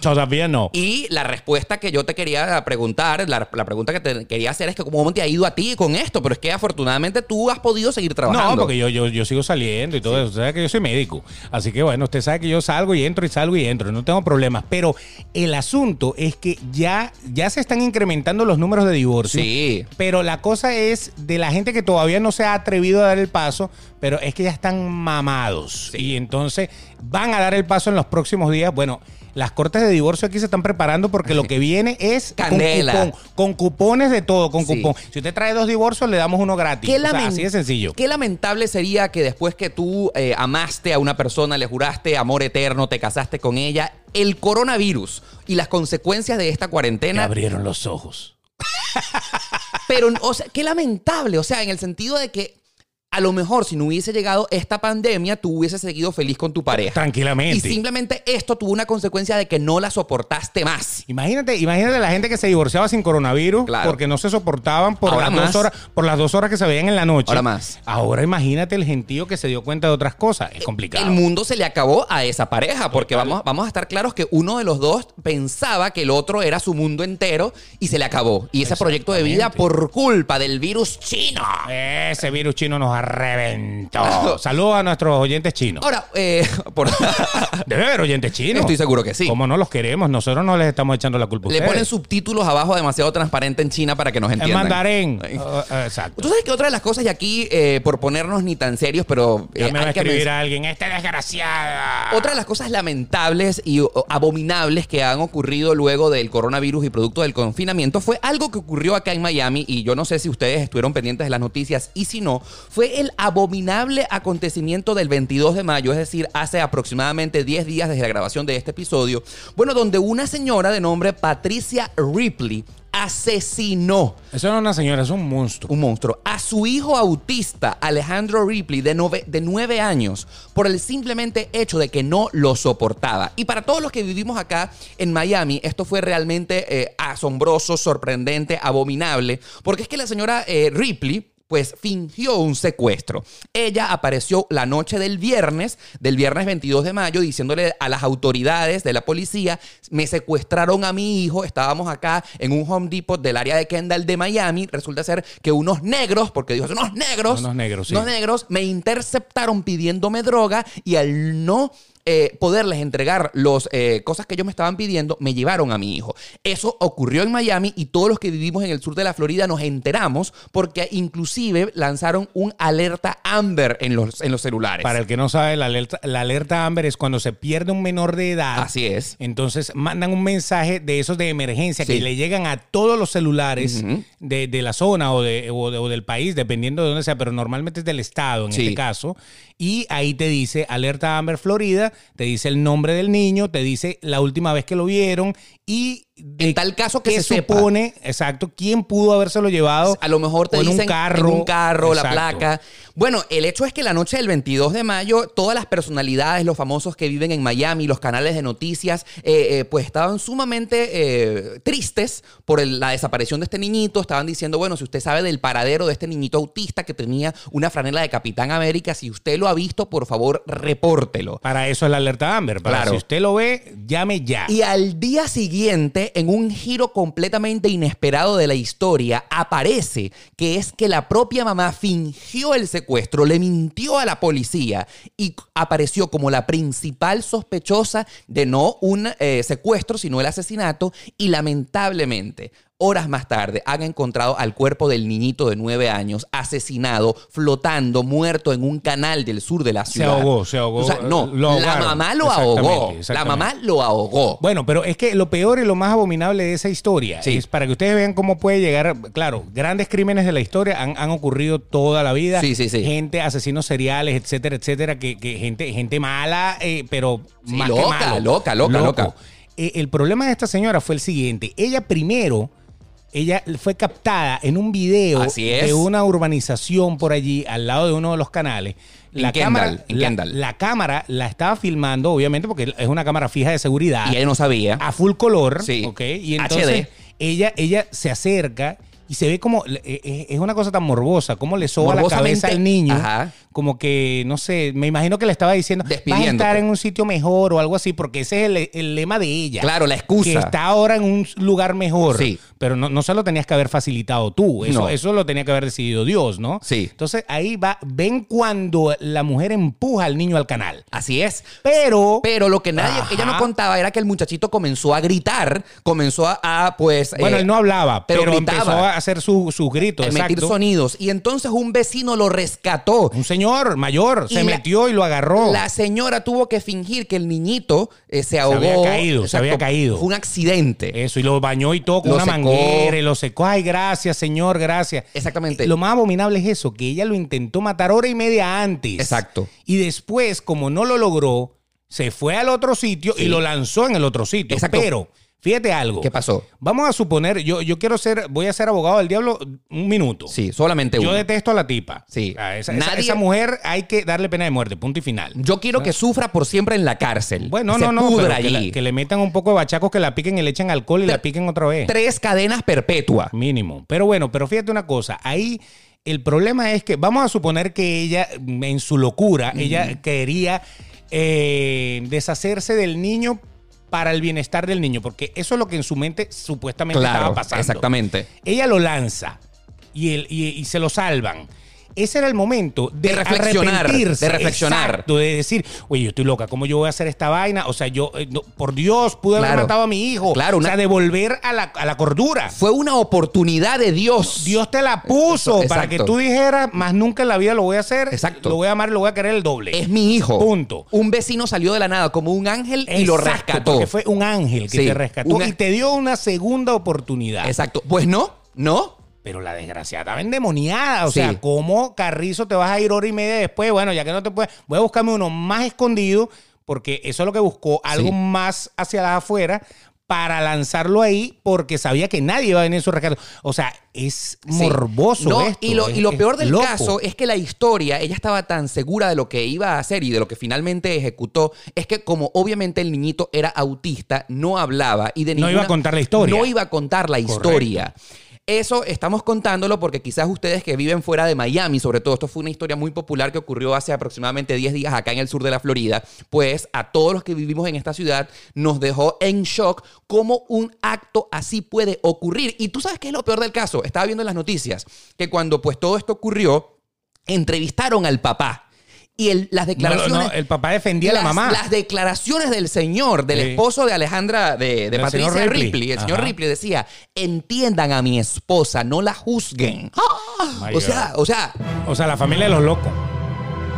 [SPEAKER 2] Todavía no.
[SPEAKER 1] Y la respuesta que yo te quería preguntar, la, la pregunta que te quería hacer es que cómo te ha ido a ti con esto, pero es que afortunadamente tú has podido seguir trabajando.
[SPEAKER 2] No, porque yo, yo, yo sigo saliendo y todo eso. Usted sabe que yo soy médico. Así que bueno, usted sabe que yo salgo y entro y salgo y entro. No tengo problemas. Pero el asunto es que ya, ya se están incrementando los números de divorcio.
[SPEAKER 1] Sí.
[SPEAKER 2] Pero la cosa es de la gente que todavía no se ha atrevido a dar el paso, pero es que ya están mamados.
[SPEAKER 1] Sí.
[SPEAKER 2] Y entonces van a dar el paso en los próximos días. Bueno, las cortes de divorcio aquí se están preparando porque lo que viene es con
[SPEAKER 1] Candela.
[SPEAKER 2] cupón, con cupones de todo, con
[SPEAKER 1] Sí.
[SPEAKER 2] cupón. Si usted trae dos divorcios, le damos uno gratis.
[SPEAKER 1] Qué
[SPEAKER 2] O sea,
[SPEAKER 1] lamen-
[SPEAKER 2] así de sencillo.
[SPEAKER 1] Qué lamentable sería que después que tú eh, amaste a una persona, le juraste amor eterno, te casaste con ella, el coronavirus y las consecuencias de esta
[SPEAKER 2] Me
[SPEAKER 1] cuarentena.
[SPEAKER 2] abrieron los ojos.
[SPEAKER 1] Pero, o sea, qué lamentable. O sea, en el sentido de que a lo mejor si no hubiese llegado esta pandemia, tú hubieses seguido feliz con tu pareja. Y
[SPEAKER 2] Tranquilamente.
[SPEAKER 1] simplemente esto tuvo una consecuencia de que no la soportaste más.
[SPEAKER 2] Imagínate, imagínate la gente que se divorciaba sin coronavirus
[SPEAKER 1] Claro.
[SPEAKER 2] porque no se soportaban por
[SPEAKER 1] Ahora
[SPEAKER 2] las, dos
[SPEAKER 1] más.
[SPEAKER 2] horas, por las dos horas que se veían en la noche.
[SPEAKER 1] Ahora más.
[SPEAKER 2] Ahora imagínate el gentío que se dio cuenta de otras cosas. Es complicado.
[SPEAKER 1] El mundo se le acabó a esa pareja, porque vamos, vamos a estar claros que uno de los dos pensaba que el otro era su mundo entero y se le acabó. Y ese proyecto de vida por culpa del virus chino.
[SPEAKER 2] Ese virus chino nos reventó. Saludos a nuestros oyentes chinos.
[SPEAKER 1] Ahora, eh, por-
[SPEAKER 2] Debe haber oyentes chinos.
[SPEAKER 1] Estoy seguro que sí.
[SPEAKER 2] Como no los queremos, nosotros no les estamos echando la culpa a
[SPEAKER 1] le
[SPEAKER 2] ustedes.
[SPEAKER 1] ponen subtítulos abajo demasiado transparente en China para que nos
[SPEAKER 2] En
[SPEAKER 1] entiendan.
[SPEAKER 2] mandarín.
[SPEAKER 1] Ay.
[SPEAKER 2] Uh, uh, exacto.
[SPEAKER 1] Tú sabes que otra de las cosas, y aquí, eh, por ponernos ni tan serios, pero eh,
[SPEAKER 2] Ya me va a
[SPEAKER 1] hay que
[SPEAKER 2] escribir a alguien. "Este Esta desgraciada.
[SPEAKER 1] Otra de las cosas lamentables y o, abominables que han ocurrido luego del coronavirus y producto del confinamiento fue algo que ocurrió acá en Miami y yo no sé si ustedes estuvieron pendientes de las noticias y si no, fue el abominable acontecimiento del 22 de mayo, es decir, hace aproximadamente 10 días desde la grabación de este episodio, bueno, donde una señora de nombre Patricia Ripley asesinó
[SPEAKER 2] Eso no es una señora, es un monstruo.
[SPEAKER 1] un monstruo. A su hijo autista, Alejandro Ripley, de nove- de nueve años, por el simplemente hecho de que no lo soportaba. Y para todos los que vivimos acá en Miami, esto fue realmente eh, asombroso, sorprendente, abominable, porque es que la señora eh, Ripley pues fingió un secuestro. Ella apareció la noche del viernes, del viernes 22 de mayo, diciéndole a las autoridades de la policía, me secuestraron a mi hijo, estábamos acá en un Home Depot del área de Kendall de Miami, resulta ser que unos negros, porque dijo, unos negros,
[SPEAKER 2] Unos negros, sí.
[SPEAKER 1] unos negros me interceptaron pidiéndome droga y al no... eh, poderles entregar las cosas que ellos me estaban pidiendo, me llevaron a mi hijo. Eso ocurrió en Miami y todos los que vivimos en el sur de la Florida nos enteramos porque inclusive lanzaron un alerta Amber en los, en los celulares.
[SPEAKER 2] Para el que no sabe, la alerta, la alerta Amber es cuando se pierde un menor de edad.
[SPEAKER 1] Así es.
[SPEAKER 2] Entonces mandan un mensaje de esos de emergencia
[SPEAKER 1] Sí.
[SPEAKER 2] que le llegan a todos los celulares de, de la zona o, de, o de- o del país, dependiendo de dónde sea, pero normalmente es del estado en
[SPEAKER 1] Sí.
[SPEAKER 2] este caso. Y ahí te dice alerta Amber Florida, te dice el nombre del niño, te dice la última vez que lo vieron y de
[SPEAKER 1] En tal caso que
[SPEAKER 2] qué
[SPEAKER 1] se sepa.
[SPEAKER 2] supone, exacto, quién pudo habérselo llevado.
[SPEAKER 1] A lo mejor te
[SPEAKER 2] o en
[SPEAKER 1] dicen
[SPEAKER 2] un carro,
[SPEAKER 1] en un carro, la
[SPEAKER 2] Exacto.
[SPEAKER 1] placa. Bueno, el hecho es que la noche del 22 de mayo, todas las personalidades, los famosos que viven en Miami, los canales de noticias, eh, eh, pues estaban sumamente eh, tristes por el- la desaparición de este niñito. Estaban diciendo, bueno, si usted sabe del paradero de este niñito autista que tenía una franela de Capitán América, si usted lo ha visto, por favor, repórtelo.
[SPEAKER 2] Para eso es la alerta Amber. Para
[SPEAKER 1] Claro.
[SPEAKER 2] si usted lo ve, llame ya.
[SPEAKER 1] Y al día siguiente, en un giro completamente inesperado de la historia, aparece que es que la propia mamá fingió el secuestro, le mintió a la policía y c- apareció como la principal sospechosa de no un eh, secuestro, sino el asesinato. Y lamentablemente, horas más tarde, han encontrado al cuerpo del niñito de nueve años asesinado, flotando, muerto en un canal del sur de la ciudad.
[SPEAKER 2] ahogó, se ahogó.
[SPEAKER 1] O sea, no, la
[SPEAKER 2] Lo ahogaron.
[SPEAKER 1] mamá lo
[SPEAKER 2] Exactamente,
[SPEAKER 1] ahogó. La
[SPEAKER 2] exactamente.
[SPEAKER 1] mamá lo ahogó.
[SPEAKER 2] Bueno, pero es que lo peor y lo más abominable de esa historia
[SPEAKER 1] Sí.
[SPEAKER 2] es para que ustedes vean cómo puede llegar. Claro, grandes crímenes de la historia han, han ocurrido toda la vida.
[SPEAKER 1] Sí, sí, sí.
[SPEAKER 2] Gente, asesinos seriales, etcétera, etcétera, que, que gente, gente mala, eh, pero
[SPEAKER 1] Sí,
[SPEAKER 2] más
[SPEAKER 1] loca,
[SPEAKER 2] que malo.
[SPEAKER 1] loca, loca, loca.
[SPEAKER 2] Eh, el problema de esta señora fue el siguiente. Ella primero. Ella fue captada en un video
[SPEAKER 1] Así es.
[SPEAKER 2] de una urbanización por allí, al lado de uno de los canales.
[SPEAKER 1] En
[SPEAKER 2] La
[SPEAKER 1] Kendall,
[SPEAKER 2] cámara,
[SPEAKER 1] en
[SPEAKER 2] la-
[SPEAKER 1] Kendall.
[SPEAKER 2] la cámara la estaba filmando, obviamente, porque es una cámara fija de seguridad
[SPEAKER 1] Y él no sabía.
[SPEAKER 2] a full color,
[SPEAKER 1] Sí.
[SPEAKER 2] ¿ok? Y entonces
[SPEAKER 1] HD.
[SPEAKER 2] ella ella se acerca y se ve como eh, eh, es una cosa tan morbosa, como le soba la
[SPEAKER 1] Morbosamente,
[SPEAKER 2] cabeza al niño,
[SPEAKER 1] ajá.
[SPEAKER 2] como que no sé, me imagino que le estaba diciendo, vas a
[SPEAKER 1] Despidiéndote.
[SPEAKER 2] estar en un sitio mejor o algo así, porque ese es el, el lema de ella.
[SPEAKER 1] Claro, la excusa.
[SPEAKER 2] Que está ahora en un lugar mejor.
[SPEAKER 1] Sí.
[SPEAKER 2] Pero no, no se lo tenías que haber facilitado tú, eso,
[SPEAKER 1] No.
[SPEAKER 2] eso lo tenía que haber decidido Dios, ¿no?
[SPEAKER 1] Sí.
[SPEAKER 2] Entonces ahí va, ven cuando la mujer empuja al niño al canal.
[SPEAKER 1] Así es.
[SPEAKER 2] Pero,
[SPEAKER 1] Pero lo que nadie,
[SPEAKER 2] Ajá.
[SPEAKER 1] ella no contaba era que el muchachito comenzó a gritar, comenzó a, a, pues.
[SPEAKER 2] Bueno,
[SPEAKER 1] eh,
[SPEAKER 2] él no hablaba,
[SPEAKER 1] pero
[SPEAKER 2] pero,
[SPEAKER 1] gritaba.
[SPEAKER 2] empezó a hacer su- sus gritos.
[SPEAKER 1] a emitir
[SPEAKER 2] exacto.
[SPEAKER 1] sonidos. Y entonces un vecino lo rescató.
[SPEAKER 2] Un señor mayor
[SPEAKER 1] Y
[SPEAKER 2] se
[SPEAKER 1] la-
[SPEAKER 2] metió y lo agarró.
[SPEAKER 1] La señora tuvo que fingir que el niñito eh, se ahogó.
[SPEAKER 2] había caído, se había caído. Eh,
[SPEAKER 1] Fue un accidente.
[SPEAKER 2] Eso, y lo bañó y todo con
[SPEAKER 1] Lo
[SPEAKER 2] una
[SPEAKER 1] secó.
[SPEAKER 2] manguera y lo secó. Ay, gracias, señor, gracias.
[SPEAKER 1] Exactamente.
[SPEAKER 2] eh, Lo más abominable es eso, que ella lo intentó matar hora y media antes.
[SPEAKER 1] Exacto.
[SPEAKER 2] Y después, como no lo logró, se fue al otro sitio
[SPEAKER 1] Sí.
[SPEAKER 2] y lo lanzó en el otro sitio.
[SPEAKER 1] Exacto.
[SPEAKER 2] Pero, fíjate algo.
[SPEAKER 1] ¿Qué pasó?
[SPEAKER 2] Vamos a suponer, yo, yo quiero ser, voy a ser abogado del diablo un minuto.
[SPEAKER 1] Sí, solamente
[SPEAKER 2] Yo
[SPEAKER 1] uno.
[SPEAKER 2] detesto a la tipa.
[SPEAKER 1] Sí.
[SPEAKER 2] A esa, esa-
[SPEAKER 1] Nadie-
[SPEAKER 2] esa mujer hay que darle pena de muerte, punto y final.
[SPEAKER 1] Yo quiero que sufra por siempre en la cárcel.
[SPEAKER 2] Ah. Bueno,
[SPEAKER 1] Se
[SPEAKER 2] no, no,
[SPEAKER 1] pudra
[SPEAKER 2] pero que, la-
[SPEAKER 1] allí.
[SPEAKER 2] que le metan un poco de bachacos, que la piquen y le echen alcohol y
[SPEAKER 1] Tre-
[SPEAKER 2] la piquen otra vez.
[SPEAKER 1] Tres cadenas perpetua.
[SPEAKER 2] Mínimo. Pero bueno, pero fíjate una cosa, ahí el problema es que vamos a suponer que ella, mm, en su locura, ella quería eh, deshacerse del niño para el bienestar del niño, porque eso es lo que en su mente supuestamente
[SPEAKER 1] Claro,
[SPEAKER 2] estaba pasando.
[SPEAKER 1] exactamente.
[SPEAKER 2] Ella lo lanza y, el- y- y se lo salvan. Ese era el momento de,
[SPEAKER 1] De reflexionar,
[SPEAKER 2] arrepentirse.
[SPEAKER 1] de reflexionar.
[SPEAKER 2] Exacto, de decir, oye, yo estoy loca, ¿cómo yo voy a hacer esta vaina? O sea, yo, eh, no, por Dios, pude
[SPEAKER 1] Claro.
[SPEAKER 2] haber matado a mi hijo.
[SPEAKER 1] Claro,
[SPEAKER 2] O
[SPEAKER 1] una-
[SPEAKER 2] sea, de volver a la, a la cordura.
[SPEAKER 1] Fue una oportunidad de Dios.
[SPEAKER 2] Dios te la puso
[SPEAKER 1] Exacto.
[SPEAKER 2] para que tú dijeras, más nunca en la vida lo voy a hacer.
[SPEAKER 1] Exacto.
[SPEAKER 2] Lo voy a amar, lo voy a querer el doble.
[SPEAKER 1] es mi hijo.
[SPEAKER 2] Punto.
[SPEAKER 1] Un vecino salió de la nada como un ángel y lo
[SPEAKER 2] Exacto,
[SPEAKER 1] rescató.
[SPEAKER 2] Porque fue un ángel que
[SPEAKER 1] Sí,
[SPEAKER 2] te rescató
[SPEAKER 1] una-
[SPEAKER 2] y te dio una segunda oportunidad.
[SPEAKER 1] Exacto. Pues no, no.
[SPEAKER 2] Pero la desgraciada estaba endemoniada. O
[SPEAKER 1] Sí.
[SPEAKER 2] sea, ¿cómo carrizo te vas a ir hora y media después? Bueno, ya que no te puedes, voy a buscarme uno más escondido, porque eso es lo que buscó, algo
[SPEAKER 1] Sí.
[SPEAKER 2] más hacia las afuera, para lanzarlo ahí porque sabía que nadie iba a venir a su rescate. O sea, es
[SPEAKER 1] Sí.
[SPEAKER 2] morboso.
[SPEAKER 1] No,
[SPEAKER 2] esto,
[SPEAKER 1] y, lo,
[SPEAKER 2] es-
[SPEAKER 1] y lo
[SPEAKER 2] es
[SPEAKER 1] peor del
[SPEAKER 2] loco.
[SPEAKER 1] caso es que la historia, ella estaba tan segura de lo que iba a hacer y de lo que finalmente ejecutó, es que como obviamente el niñito era autista, no hablaba y de
[SPEAKER 2] No
[SPEAKER 1] ninguna-
[SPEAKER 2] iba a contar la historia.
[SPEAKER 1] No iba a contar la
[SPEAKER 2] Correcto.
[SPEAKER 1] historia. Eso estamos contándolo porque quizás ustedes que viven fuera de Miami, sobre todo, esto fue una historia muy popular que ocurrió hace aproximadamente 10 días acá en el sur de la Florida, pues a todos los que vivimos en esta ciudad nos dejó en shock cómo un acto así puede ocurrir. Y tú sabes qué es lo peor del caso. Estaba viendo en las noticias que cuando pues todo esto ocurrió, entrevistaron al papá y el- las
[SPEAKER 2] No, no,
[SPEAKER 1] declaraciones...
[SPEAKER 2] no, el papá defendía a la
[SPEAKER 1] Las-
[SPEAKER 2] mamá.
[SPEAKER 1] Las declaraciones del señor, del
[SPEAKER 2] Sí.
[SPEAKER 1] esposo de Alejandra, de, de
[SPEAKER 2] Del
[SPEAKER 1] Patricia
[SPEAKER 2] señor
[SPEAKER 1] Ripley.
[SPEAKER 2] Ripley.
[SPEAKER 1] el
[SPEAKER 2] Ajá.
[SPEAKER 1] señor Ripley decía, entiendan a mi esposa, no la juzguen. ¡Ah!
[SPEAKER 2] Oh, My
[SPEAKER 1] O sea, o sea,
[SPEAKER 2] O sea, la familia de los locos.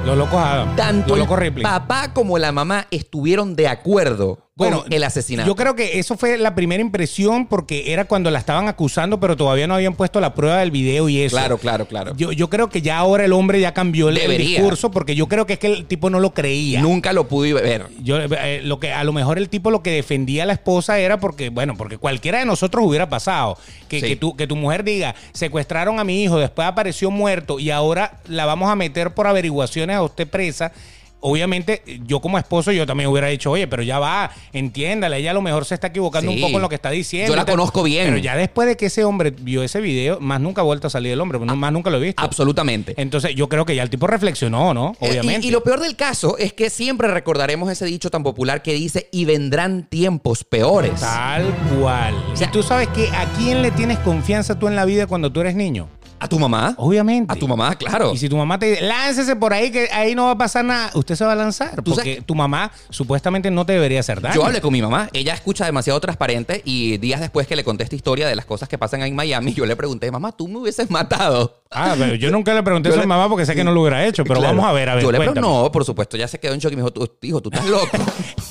[SPEAKER 2] Los locos Adam.
[SPEAKER 1] tanto
[SPEAKER 2] los
[SPEAKER 1] el
[SPEAKER 2] locos Ripley.
[SPEAKER 1] papá como la mamá estuvieron de acuerdo con el asesinato.
[SPEAKER 2] Yo creo que eso fue la primera impresión porque era cuando la estaban acusando, pero todavía no habían puesto la prueba del video y eso.
[SPEAKER 1] Claro, claro, claro.
[SPEAKER 2] Yo, yo creo que ya ahora el hombre ya cambió el, el
[SPEAKER 1] Debería.
[SPEAKER 2] discurso porque yo creo que es que el tipo no lo creía.
[SPEAKER 1] Nunca lo pude ver.
[SPEAKER 2] Yo, eh, lo que a lo mejor el tipo lo que defendía a la esposa era porque, bueno, porque cualquiera de nosotros hubiera pasado. Que,
[SPEAKER 1] Sí.
[SPEAKER 2] que, tu, que tu mujer diga, secuestraron a mi hijo, después apareció muerto y ahora la vamos a meter por averiguaciones a usted presa. Obviamente, yo como esposo, yo también hubiera dicho, oye, pero ya va, entiéndala, ella a lo mejor se está equivocando
[SPEAKER 1] Sí.
[SPEAKER 2] un poco en lo que está diciendo.
[SPEAKER 1] Yo la conozco bien.
[SPEAKER 2] Pero ya después de que ese hombre vio ese video, más nunca ha vuelto a salir el hombre,
[SPEAKER 1] Ah,
[SPEAKER 2] no- más nunca lo he visto.
[SPEAKER 1] Absolutamente.
[SPEAKER 2] Entonces, yo creo que ya el tipo reflexionó, ¿no?
[SPEAKER 1] Eh, y-
[SPEAKER 2] Obviamente.
[SPEAKER 1] Y, lo peor del caso es que siempre recordaremos ese dicho tan popular que dice, y vendrán tiempos peores.
[SPEAKER 2] Tal cual.
[SPEAKER 1] O sea-
[SPEAKER 2] y tú sabes que a quién le tienes confianza tú en la vida cuando tú eres niño.
[SPEAKER 1] ¿A tu mamá?
[SPEAKER 2] Obviamente.
[SPEAKER 1] A tu mamá, claro.
[SPEAKER 2] Y si tu mamá te dice, láncese por ahí, que ahí no va a pasar nada, usted se va a lanzar.
[SPEAKER 1] Tú
[SPEAKER 2] porque
[SPEAKER 1] sabes-
[SPEAKER 2] tu mamá supuestamente no te debería hacer daño.
[SPEAKER 1] Yo hablé con mi mamá, ella escucha demasiado transparente y días después que le conté esta historia de las cosas que pasan en Miami, yo le pregunté, mamá, tú me hubieses matado.
[SPEAKER 2] Ah, pero yo nunca le pregunté
[SPEAKER 1] Yo
[SPEAKER 2] eso a
[SPEAKER 1] le-
[SPEAKER 2] mi mamá porque sé que no lo hubiera hecho, pero
[SPEAKER 1] Claro.
[SPEAKER 2] vamos a ver, a ver.
[SPEAKER 1] Yo le pregunté,
[SPEAKER 2] cuéntame.
[SPEAKER 1] no, por supuesto, ya se quedó en shock y me dijo, "Tú- hijo, tú estás loco.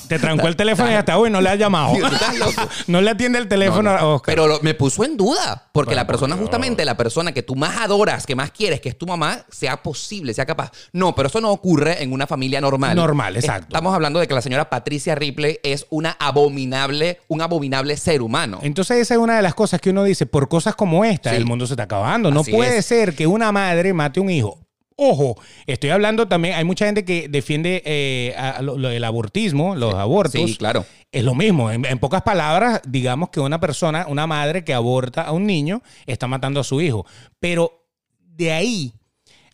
[SPEAKER 2] Te trancó el teléfono y hasta hoy no le ha llamado.
[SPEAKER 1] Tú estás loco.
[SPEAKER 2] no le atiende el
[SPEAKER 1] No,
[SPEAKER 2] teléfono
[SPEAKER 1] no.
[SPEAKER 2] a Oscar.
[SPEAKER 1] Pero lo- me puso en duda, porque
[SPEAKER 2] Bueno,
[SPEAKER 1] la persona,
[SPEAKER 2] por Dios.
[SPEAKER 1] justamente la persona que tú más adoras, que más quieres, que es tu mamá, sea posible, sea capaz. No, pero eso no ocurre en una familia normal.
[SPEAKER 2] Normal, exacto.
[SPEAKER 1] Estamos hablando de que la señora Patricia Ripley es una abominable, un abominable ser humano.
[SPEAKER 2] Entonces esa es una de las cosas que uno dice, por cosas como esta,
[SPEAKER 1] Sí.
[SPEAKER 2] el mundo se está acabando. No
[SPEAKER 1] Así
[SPEAKER 2] puede
[SPEAKER 1] es.
[SPEAKER 2] ser que una madre mate a un hijo. Ojo, estoy hablando también, hay mucha gente que defiende eh, a- lo, lo del abortismo, los abortos.
[SPEAKER 1] Sí, claro.
[SPEAKER 2] Es lo mismo, en, en pocas palabras, digamos que una persona, una madre que aborta a un niño, está matando a su hijo. Pero de ahí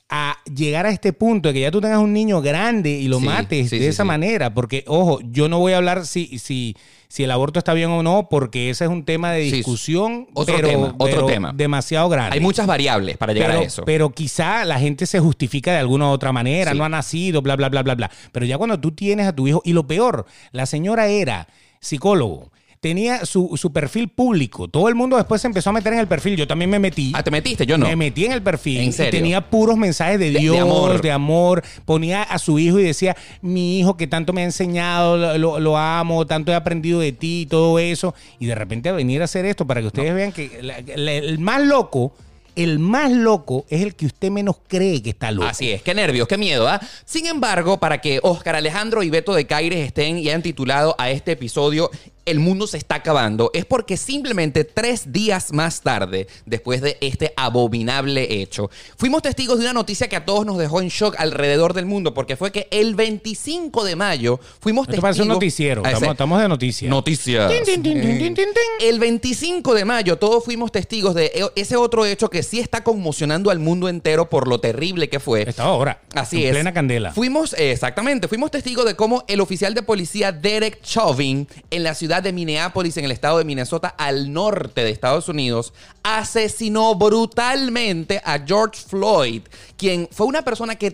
[SPEAKER 2] a llegar a este punto de que ya tú tengas un niño grande y lo
[SPEAKER 1] Sí,
[SPEAKER 2] mates
[SPEAKER 1] sí,
[SPEAKER 2] de
[SPEAKER 1] sí,
[SPEAKER 2] esa
[SPEAKER 1] sí.
[SPEAKER 2] manera, porque ojo, yo no voy a hablar si, si, si el aborto está bien o no, porque ese es un tema de
[SPEAKER 1] Sí, sí.
[SPEAKER 2] discusión,
[SPEAKER 1] Otro
[SPEAKER 2] pero,
[SPEAKER 1] tema, otro
[SPEAKER 2] pero
[SPEAKER 1] tema.
[SPEAKER 2] demasiado grande.
[SPEAKER 1] Hay muchas variables para llegar
[SPEAKER 2] pero,
[SPEAKER 1] a eso.
[SPEAKER 2] pero quizá la gente se justifica de alguna u otra manera,
[SPEAKER 1] Sí.
[SPEAKER 2] no ha nacido, bla, bla, bla, bla, bla. Pero ya cuando tú tienes a tu hijo, y lo peor, la señora era psicólogo, tenía su, su perfil público, todo el mundo después se empezó a meter en el perfil, yo también me metí.
[SPEAKER 1] ah, te metiste, yo no.
[SPEAKER 2] Me metí en el perfil
[SPEAKER 1] ¿En
[SPEAKER 2] y
[SPEAKER 1] serio?
[SPEAKER 2] tenía puros mensajes de
[SPEAKER 1] de
[SPEAKER 2] Dios, de,
[SPEAKER 1] amor.
[SPEAKER 2] amor. Ponía a su hijo y decía, mi hijo que tanto me ha enseñado, lo, lo- lo amo, tanto he aprendido de ti y todo eso. Y de repente a venir a hacer esto para que ustedes vean que la- la- el más loco, el más loco es el que usted menos cree que está loco.
[SPEAKER 1] Así es, qué nervios, qué miedo, ¿ah? Sin embargo, para que Oscar Alejandro y Beto de Caires estén y hayan titulado a este episodio El mundo se está acabando, es porque simplemente tres días más tarde, después de este abominable hecho, fuimos testigos de una noticia que a todos nos dejó en shock alrededor del mundo, porque fue que el 25 de mayo fuimos
[SPEAKER 2] Esto
[SPEAKER 1] testigos...
[SPEAKER 2] parece un noticiero,
[SPEAKER 1] Ah, ese-
[SPEAKER 2] estamos, estamos de noticias.
[SPEAKER 1] Noticias.
[SPEAKER 2] Tin, tin, tin, tin, tin, tin, tin.
[SPEAKER 1] El 25 de mayo todos fuimos testigos de e- ese otro hecho que sí está conmocionando al mundo entero por lo terrible que fue.
[SPEAKER 2] Estaba ahora.
[SPEAKER 1] Así
[SPEAKER 2] en
[SPEAKER 1] es.
[SPEAKER 2] Plena candela.
[SPEAKER 1] Fuimos, eh, exactamente, fuimos testigos de cómo el oficial de policía Derek Chauvin en la ciudad de Minneapolis, en el estado de Minnesota, al norte de Estados Unidos, asesinó brutalmente a George Floyd, quien fue una persona que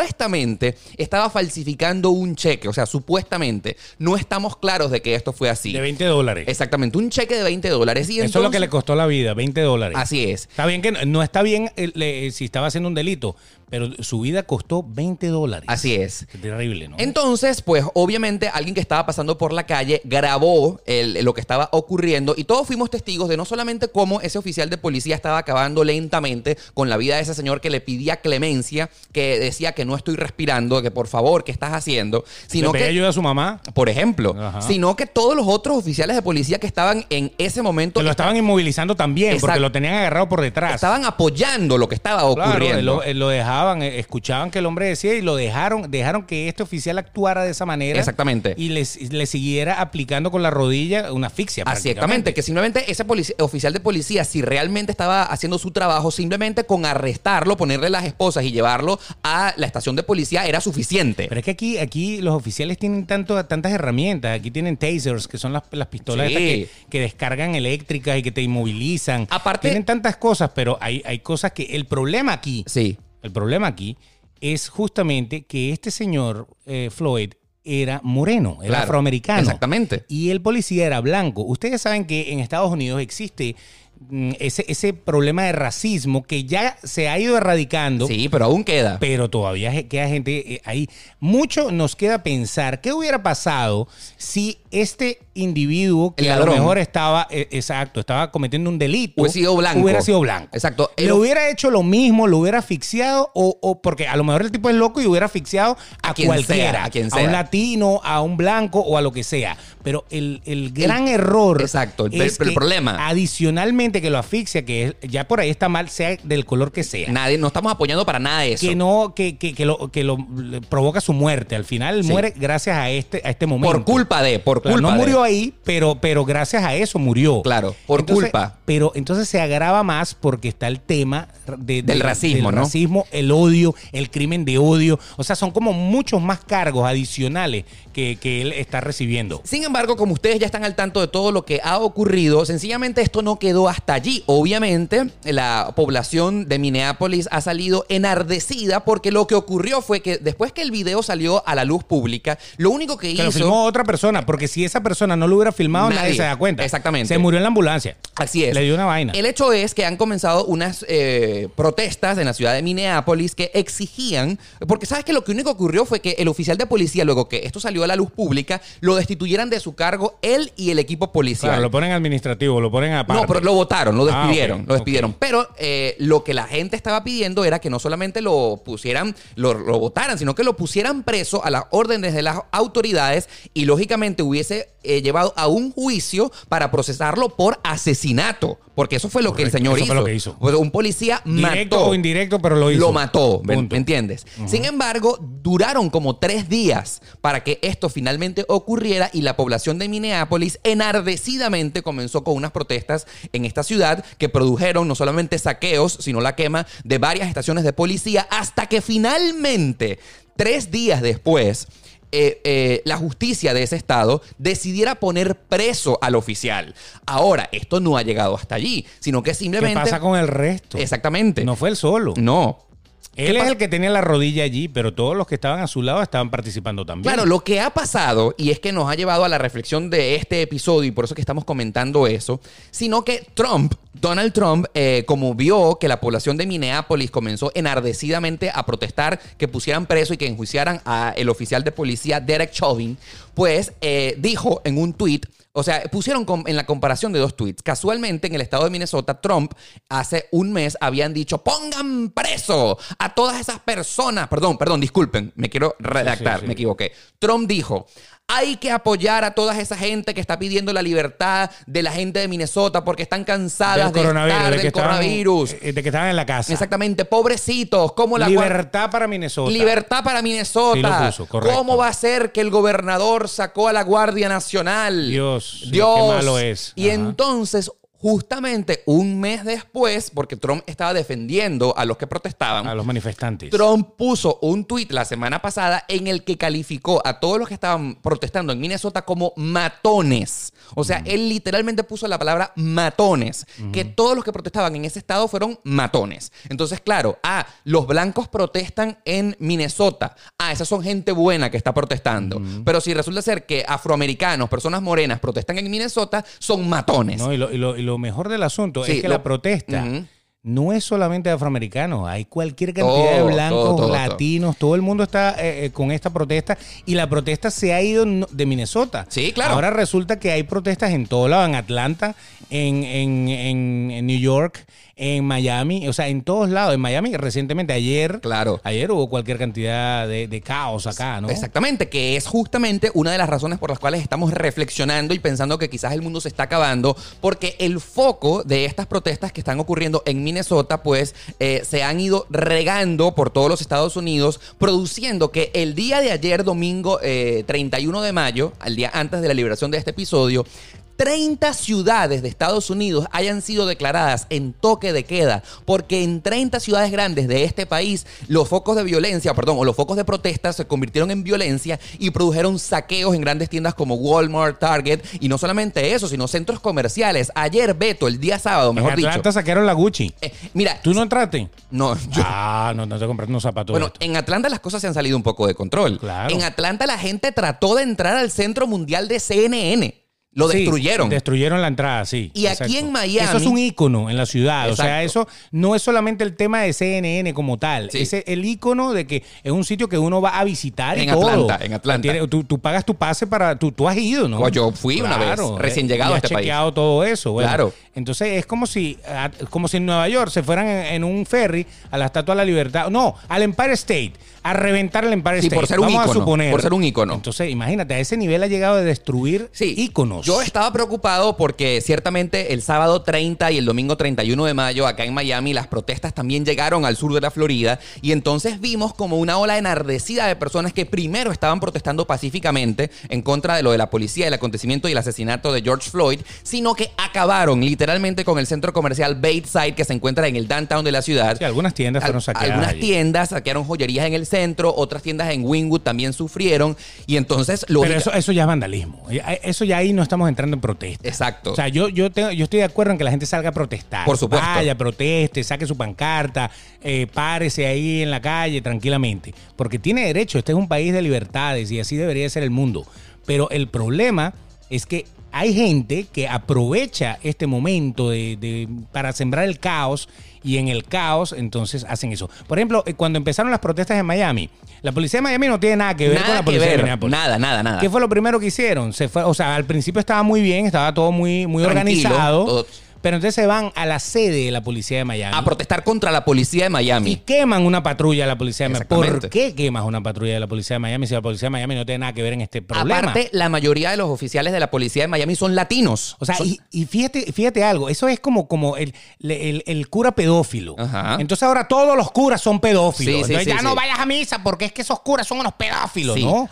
[SPEAKER 1] supuestamente estaba falsificando un cheque. O sea, supuestamente. No estamos claros de que esto fue así.
[SPEAKER 2] de 20 dólares.
[SPEAKER 1] Exactamente, un cheque de 20 dólares. Y
[SPEAKER 2] Eso es lo que
[SPEAKER 1] entonces-
[SPEAKER 2] le costó la vida, 20 dólares.
[SPEAKER 1] Así es.
[SPEAKER 2] Está bien que no, no está bien el- le- si estaba haciendo un delito, Pero su vida costó 20 dólares.
[SPEAKER 1] Así es.
[SPEAKER 2] Qué terrible, ¿no?
[SPEAKER 1] Entonces, pues obviamente alguien que estaba pasando por la calle grabó el- lo que estaba ocurriendo y todos fuimos testigos de no solamente cómo ese oficial de policía estaba acabando lentamente con la vida de ese señor que le pedía clemencia, que decía que no estoy respirando, que por favor, ¿qué estás haciendo? Sino
[SPEAKER 2] Le pedí
[SPEAKER 1] que...
[SPEAKER 2] ayuda a su mamá.
[SPEAKER 1] Por ejemplo,
[SPEAKER 2] Ajá.
[SPEAKER 1] sino que todos los otros oficiales de policía que estaban en ese momento
[SPEAKER 2] Que lo estaban inmovilizando también,
[SPEAKER 1] Exacto.
[SPEAKER 2] porque lo tenían agarrado por detrás.
[SPEAKER 1] estaban apoyando lo que estaba
[SPEAKER 2] Claro,
[SPEAKER 1] ocurriendo.
[SPEAKER 2] lo, lo dejaban, eh, escuchaban que el hombre decía y lo dejaron, dejaron que este oficial actuara de esa manera.
[SPEAKER 1] Exactamente.
[SPEAKER 2] Y le le siguiera aplicando con la rodilla una asfixia.
[SPEAKER 1] Ah, Exactamente,
[SPEAKER 2] prácticamente.
[SPEAKER 1] que simplemente ese polici- oficial de policía, si realmente estaba haciendo su trabajo, simplemente con arrestarlo, ponerle las esposas y llevarlo a la estación de policía era suficiente.
[SPEAKER 2] Pero es que aquí, aquí los oficiales tienen tanto, tantas herramientas. Aquí tienen tasers, que son las, las pistolas
[SPEAKER 1] Sí.
[SPEAKER 2] estas que, que descargan eléctricas y que te inmovilizan.
[SPEAKER 1] Aparte-
[SPEAKER 2] Tienen tantas cosas, pero hay, hay cosas que. El problema aquí.
[SPEAKER 1] sí,
[SPEAKER 2] El problema aquí es justamente que este señor eh, Floyd era moreno, era
[SPEAKER 1] Claro,
[SPEAKER 2] afroamericano.
[SPEAKER 1] exactamente.
[SPEAKER 2] Y el policía era blanco. Ustedes saben que en Estados Unidos existe mm, ese, ese problema de racismo que ya se ha ido erradicando.
[SPEAKER 1] sí, pero aún queda.
[SPEAKER 2] Pero todavía je- queda gente eh, ahí. Mucho nos queda pensar qué hubiera pasado si este individuo que
[SPEAKER 1] El
[SPEAKER 2] a lo
[SPEAKER 1] ladrón.
[SPEAKER 2] mejor estaba, eh, exacto, estaba cometiendo un delito,
[SPEAKER 1] Hubiera sido blanco.
[SPEAKER 2] hubiera sido blanco.
[SPEAKER 1] Exacto.
[SPEAKER 2] Le
[SPEAKER 1] El-
[SPEAKER 2] hubiera hecho lo mismo, lo hubiera asfixiado, o, o porque a lo mejor el tipo es loco y hubiera asfixiado a,
[SPEAKER 1] A quien
[SPEAKER 2] cualquiera,
[SPEAKER 1] sea, a quien
[SPEAKER 2] un
[SPEAKER 1] sea.
[SPEAKER 2] latino, a un blanco o a lo que sea. Pero el, el gran error.
[SPEAKER 1] exacto, el- el
[SPEAKER 2] que
[SPEAKER 1] problema.
[SPEAKER 2] Adicionalmente que lo asfixia, que es- ya por ahí está mal, sea del color que sea
[SPEAKER 1] Nadie, no estamos apoyando para nada eso.
[SPEAKER 2] que no que, que, que lo que lo le provoca su muerte al final
[SPEAKER 1] Sí.
[SPEAKER 2] muere gracias a este a este momento
[SPEAKER 1] por culpa de, por
[SPEAKER 2] Claro,
[SPEAKER 1] culpa
[SPEAKER 2] no
[SPEAKER 1] de.
[SPEAKER 2] murió ahí pero pero gracias a eso murió
[SPEAKER 1] Claro, por
[SPEAKER 2] Entonces,
[SPEAKER 1] culpa.
[SPEAKER 2] pero entonces se agrava más porque está el tema de- de-
[SPEAKER 1] Del racismo,
[SPEAKER 2] del
[SPEAKER 1] ¿no?
[SPEAKER 2] racismo el odio el crimen de odio o sea son como muchos más cargos adicionales que, que él está recibiendo
[SPEAKER 1] Sin embargo, como ustedes ya están al tanto de todo lo que ha ocurrido, sencillamente esto no quedó hasta allí. Obviamente, la población de Minneapolis ha salido enardecida porque lo que ocurrió fue que después que el video salió a la luz pública, lo único que,
[SPEAKER 2] que lo
[SPEAKER 1] hizo...
[SPEAKER 2] filmó otra persona, porque si esa persona no lo hubiera filmado, nadie,
[SPEAKER 1] Nadie.
[SPEAKER 2] se da cuenta.
[SPEAKER 1] Exactamente.
[SPEAKER 2] Se murió en la ambulancia.
[SPEAKER 1] Así es.
[SPEAKER 2] Le dio una vaina.
[SPEAKER 1] El hecho es que han comenzado unas eh, protestas en la ciudad de Minneapolis que exigían, porque sabes que lo que único que ocurrió fue que el oficial de policía, luego que esto salió a la luz pública, lo destituyeran de su cargo él y el equipo policial.
[SPEAKER 2] Claro, lo ponen administrativo, lo ponen aparte.
[SPEAKER 1] No, pero lo votaron, lo
[SPEAKER 2] Ah,
[SPEAKER 1] despidieron,
[SPEAKER 2] ok,
[SPEAKER 1] lo despidieron.
[SPEAKER 2] ok.
[SPEAKER 1] Pero eh, lo que la gente estaba pidiendo era que no solamente lo pusieran, lo, lo votaran, sino que lo pusieran preso a las órdenes de las autoridades y lógicamente hubiese eh, llevado a un juicio para procesarlo por asesinato, porque eso fue lo que el
[SPEAKER 2] Correcto,
[SPEAKER 1] señor
[SPEAKER 2] eso
[SPEAKER 1] hizo.
[SPEAKER 2] fue lo que hizo.
[SPEAKER 1] Pues un policía
[SPEAKER 2] Directo
[SPEAKER 1] mató
[SPEAKER 2] o indirecto, pero lo hizo.
[SPEAKER 1] lo mató, ¿me,
[SPEAKER 2] Punto.
[SPEAKER 1] me entiendes? Sin embargo, duraron como tres días para que esto finalmente ocurriera y la población de Minneapolis enardecidamente comenzó con unas protestas en esta ciudad que produjeron no solamente saqueos, sino la quema de varias estaciones de policía hasta que finalmente, tres días después, eh, eh, la justicia de ese estado decidiera poner preso al oficial. Ahora, esto no ha llegado hasta allí, sino que
[SPEAKER 2] ¿Qué
[SPEAKER 1] simplemente...
[SPEAKER 2] pasa con el resto?
[SPEAKER 1] Exactamente.
[SPEAKER 2] No fue él solo.
[SPEAKER 1] No,
[SPEAKER 2] él es
[SPEAKER 1] pasa?
[SPEAKER 2] el que tenía la rodilla allí, pero todos los que estaban a su lado estaban participando también.
[SPEAKER 1] Claro, lo que ha pasado, y es que nos ha llevado a la reflexión de este episodio, y por eso que estamos comentando eso, sino que Trump, Donald Trump, eh, como vio que la población de Minneapolis comenzó enardecidamente a protestar que pusieran preso y que enjuiciaran al oficial de policía Derek Chauvin, pues eh, dijo en un tuit, o sea, pusieron com- en la comparación de dos tweets. Casualmente, en el estado de Minnesota, Trump hace un mes habían dicho: pongan preso a todas esas personas. Perdón, perdón, disculpen, me quiero redactar,
[SPEAKER 2] sí.
[SPEAKER 1] me equivoqué. Trump dijo. Hay que apoyar a toda esa gente que está pidiendo la libertad de la gente de Minnesota porque están
[SPEAKER 2] Del
[SPEAKER 1] cansadas de
[SPEAKER 2] coronavirus,
[SPEAKER 1] estar
[SPEAKER 2] de
[SPEAKER 1] del
[SPEAKER 2] que estaban-
[SPEAKER 1] coronavirus.
[SPEAKER 2] eh, de que estaban en la casa.
[SPEAKER 1] Exactamente, pobrecitos, como la guar-
[SPEAKER 2] Libertad para Minnesota.
[SPEAKER 1] Libertad para
[SPEAKER 2] Sí lo
[SPEAKER 1] Minnesota.
[SPEAKER 2] puso, correcto.
[SPEAKER 1] ¿Cómo va a ser que el gobernador sacó a la Guardia Nacional?
[SPEAKER 2] Dios, sí,
[SPEAKER 1] Dios.
[SPEAKER 2] qué malo es.
[SPEAKER 1] Y
[SPEAKER 2] Ajá.
[SPEAKER 1] entonces, justamente un mes después, porque Trump estaba defendiendo a los que protestaban,
[SPEAKER 2] A los manifestantes.
[SPEAKER 1] Trump puso un tuit la semana pasada en el que calificó a todos los que estaban protestando en Minnesota como matones. O sea, él literalmente puso la palabra matones, que todos los que protestaban en ese estado fueron matones. Entonces, claro, ah, los blancos protestan en Minnesota. Ah, esas son gente buena que está protestando. Pero si resulta ser que afroamericanos, personas morenas protestan en Minnesota, son matones.
[SPEAKER 2] No, y, lo, y lo- y lo mejor del asunto
[SPEAKER 1] Sí,
[SPEAKER 2] es que
[SPEAKER 1] lo-
[SPEAKER 2] la protesta
[SPEAKER 1] Ujú.
[SPEAKER 2] no es solamente afroamericanos, hay cualquier cantidad de
[SPEAKER 1] Todo,
[SPEAKER 2] blancos,
[SPEAKER 1] todo, todo, todo.
[SPEAKER 2] latinos, todo el mundo está eh, eh, con esta protesta y la protesta se ha ido no- de Minnesota.
[SPEAKER 1] Sí, claro.
[SPEAKER 2] Ahora resulta que hay protestas en todo lado, en Atlanta, en, en- en- en New York, en Miami, o sea, en todos lados. En Miami recientemente, ayer,
[SPEAKER 1] Claro.
[SPEAKER 2] ayer hubo cualquier cantidad de, de caos acá, ¿no?
[SPEAKER 1] Exactamente, que es justamente una de las razones por las cuales estamos reflexionando y pensando que quizás el mundo se está acabando, porque el foco de estas protestas que están ocurriendo en Minnesota, pues eh, se han ido regando por todos los Estados Unidos, produciendo que el día de ayer, domingo eh, 31 de mayo, al día antes de la liberación de este episodio, 30 ciudades de Estados Unidos hayan sido declaradas en toque de queda, porque en 30 ciudades grandes de este país los focos de violencia, perdón, o los focos de protesta se convirtieron en violencia y produjeron saqueos en grandes tiendas como Walmart, Target, y no solamente eso, sino centros comerciales. Ayer, Beto, el día sábado,
[SPEAKER 2] en
[SPEAKER 1] mejor dicho.
[SPEAKER 2] Atlanta saqueron la Gucci.
[SPEAKER 1] Eh, mira,
[SPEAKER 2] ¿Tú no entraste?
[SPEAKER 1] no, yo,
[SPEAKER 2] Ah, no, no te compraste unos zapatos.
[SPEAKER 1] bueno,
[SPEAKER 2] de estos.
[SPEAKER 1] en Atlanta las cosas se han salido un poco de control.
[SPEAKER 2] Claro.
[SPEAKER 1] En Atlanta la gente trató de entrar al Centro Mundial de CNN. Lo
[SPEAKER 2] Sí,
[SPEAKER 1] destruyeron.
[SPEAKER 2] Destruyeron la entrada, sí.
[SPEAKER 1] Y aquí en Miami-
[SPEAKER 2] Eso es un ícono en la ciudad. O sea, eso
[SPEAKER 1] Exacto.
[SPEAKER 2] no es solamente el tema de CNN como tal.
[SPEAKER 1] Sí.
[SPEAKER 2] Es el ícono de que es un sitio que uno va a visitar y
[SPEAKER 1] En
[SPEAKER 2] todo.
[SPEAKER 1] Atlanta, en Atlanta.
[SPEAKER 2] Tiene- tú, tú pagas tu pase para... Tú, tú has ido, ¿no? eh,
[SPEAKER 1] Pues yo fui una vez, recién llegado
[SPEAKER 2] y
[SPEAKER 1] a
[SPEAKER 2] has
[SPEAKER 1] este país.
[SPEAKER 2] chequeado todo eso. bueno.
[SPEAKER 1] Claro.
[SPEAKER 2] Entonces es como si, ah, como si en Nueva York se fueran en, en un ferry a la Estatua de la Libertad. No, al Empire State. A reventar el Empire
[SPEAKER 1] Sí,
[SPEAKER 2] State.
[SPEAKER 1] por ser un
[SPEAKER 2] Vamos a
[SPEAKER 1] ícono,
[SPEAKER 2] suponer.
[SPEAKER 1] por ser un ícono.
[SPEAKER 2] Entonces imagínate, a ese nivel ha llegado de destruir
[SPEAKER 1] Sí.
[SPEAKER 2] íconos.
[SPEAKER 1] Yo estaba preocupado porque ciertamente el sábado 30 y el domingo 31 de mayo acá en Miami las protestas también llegaron al sur de la Florida y entonces vimos como una ola enardecida de personas que primero estaban protestando pacíficamente en contra de lo de la policía, el acontecimiento y el asesinato de George Floyd, sino que acabaron literalmente con el centro comercial Bateside que se encuentra en el downtown de la ciudad.
[SPEAKER 2] Sí, algunas tiendas fueron
[SPEAKER 1] Al-
[SPEAKER 2] saqueadas.
[SPEAKER 1] Algunas
[SPEAKER 2] allí.
[SPEAKER 1] tiendas saquearon joyerías en el centro, otras tiendas en Wynwood también sufrieron y entonces lo
[SPEAKER 2] Pero eso, eso ya es vandalismo. Ya- eh, Eso ya ahí no estamos entrando en protesta.
[SPEAKER 1] Exacto.
[SPEAKER 2] O sea, yo, yo, tengo- yo estoy de acuerdo en que la gente salga a protestar.
[SPEAKER 1] Por supuesto.
[SPEAKER 2] Vaya, proteste, saque su pancarta, eh, párese ahí en la calle tranquilamente. Porque tiene derecho. Este es un país de libertades y así debería ser el mundo. Pero el problema es que hay gente que aprovecha este momento de- de- para sembrar el caos y en el caos entonces hacen eso. Por ejemplo, eh, cuando empezaron las protestas en Miami, la policía de Miami no tiene nada que ver con la
[SPEAKER 1] nada que
[SPEAKER 2] policía de
[SPEAKER 1] ver,
[SPEAKER 2] Minneapolis.
[SPEAKER 1] nada, nada, nada.
[SPEAKER 2] ¿Qué fue lo primero que hicieron? Se fue, o sea, al principio estaba muy bien, estaba todo muy, muy
[SPEAKER 1] Tranquilo,
[SPEAKER 2] organizado.
[SPEAKER 1] todo. Ah,
[SPEAKER 2] Pero entonces se van a la sede de la policía de Miami
[SPEAKER 1] a protestar contra la policía de
[SPEAKER 2] y
[SPEAKER 1] Miami.
[SPEAKER 2] queman una patrulla de la policía de Miami.
[SPEAKER 1] Exactamente.
[SPEAKER 2] ¿Por qué quemas una patrulla de la policía de Miami si la policía de Miami no tiene nada que ver en este problema?
[SPEAKER 1] Aparte, la mayoría de los oficiales de la policía de Miami son latinos.
[SPEAKER 2] O sea,
[SPEAKER 1] Son-
[SPEAKER 2] y, y fíjate, fíjate algo, eso es como, como el, le- el- el cura pedófilo.
[SPEAKER 1] Ajá.
[SPEAKER 2] Entonces ahora todos los curas son pedófilos.
[SPEAKER 1] Sí, sí,
[SPEAKER 2] Entonces
[SPEAKER 1] sí,
[SPEAKER 2] ya no
[SPEAKER 1] sí.
[SPEAKER 2] vayas a misa porque es que esos curas son unos pedófilos,
[SPEAKER 1] Sí.
[SPEAKER 2] ¿no?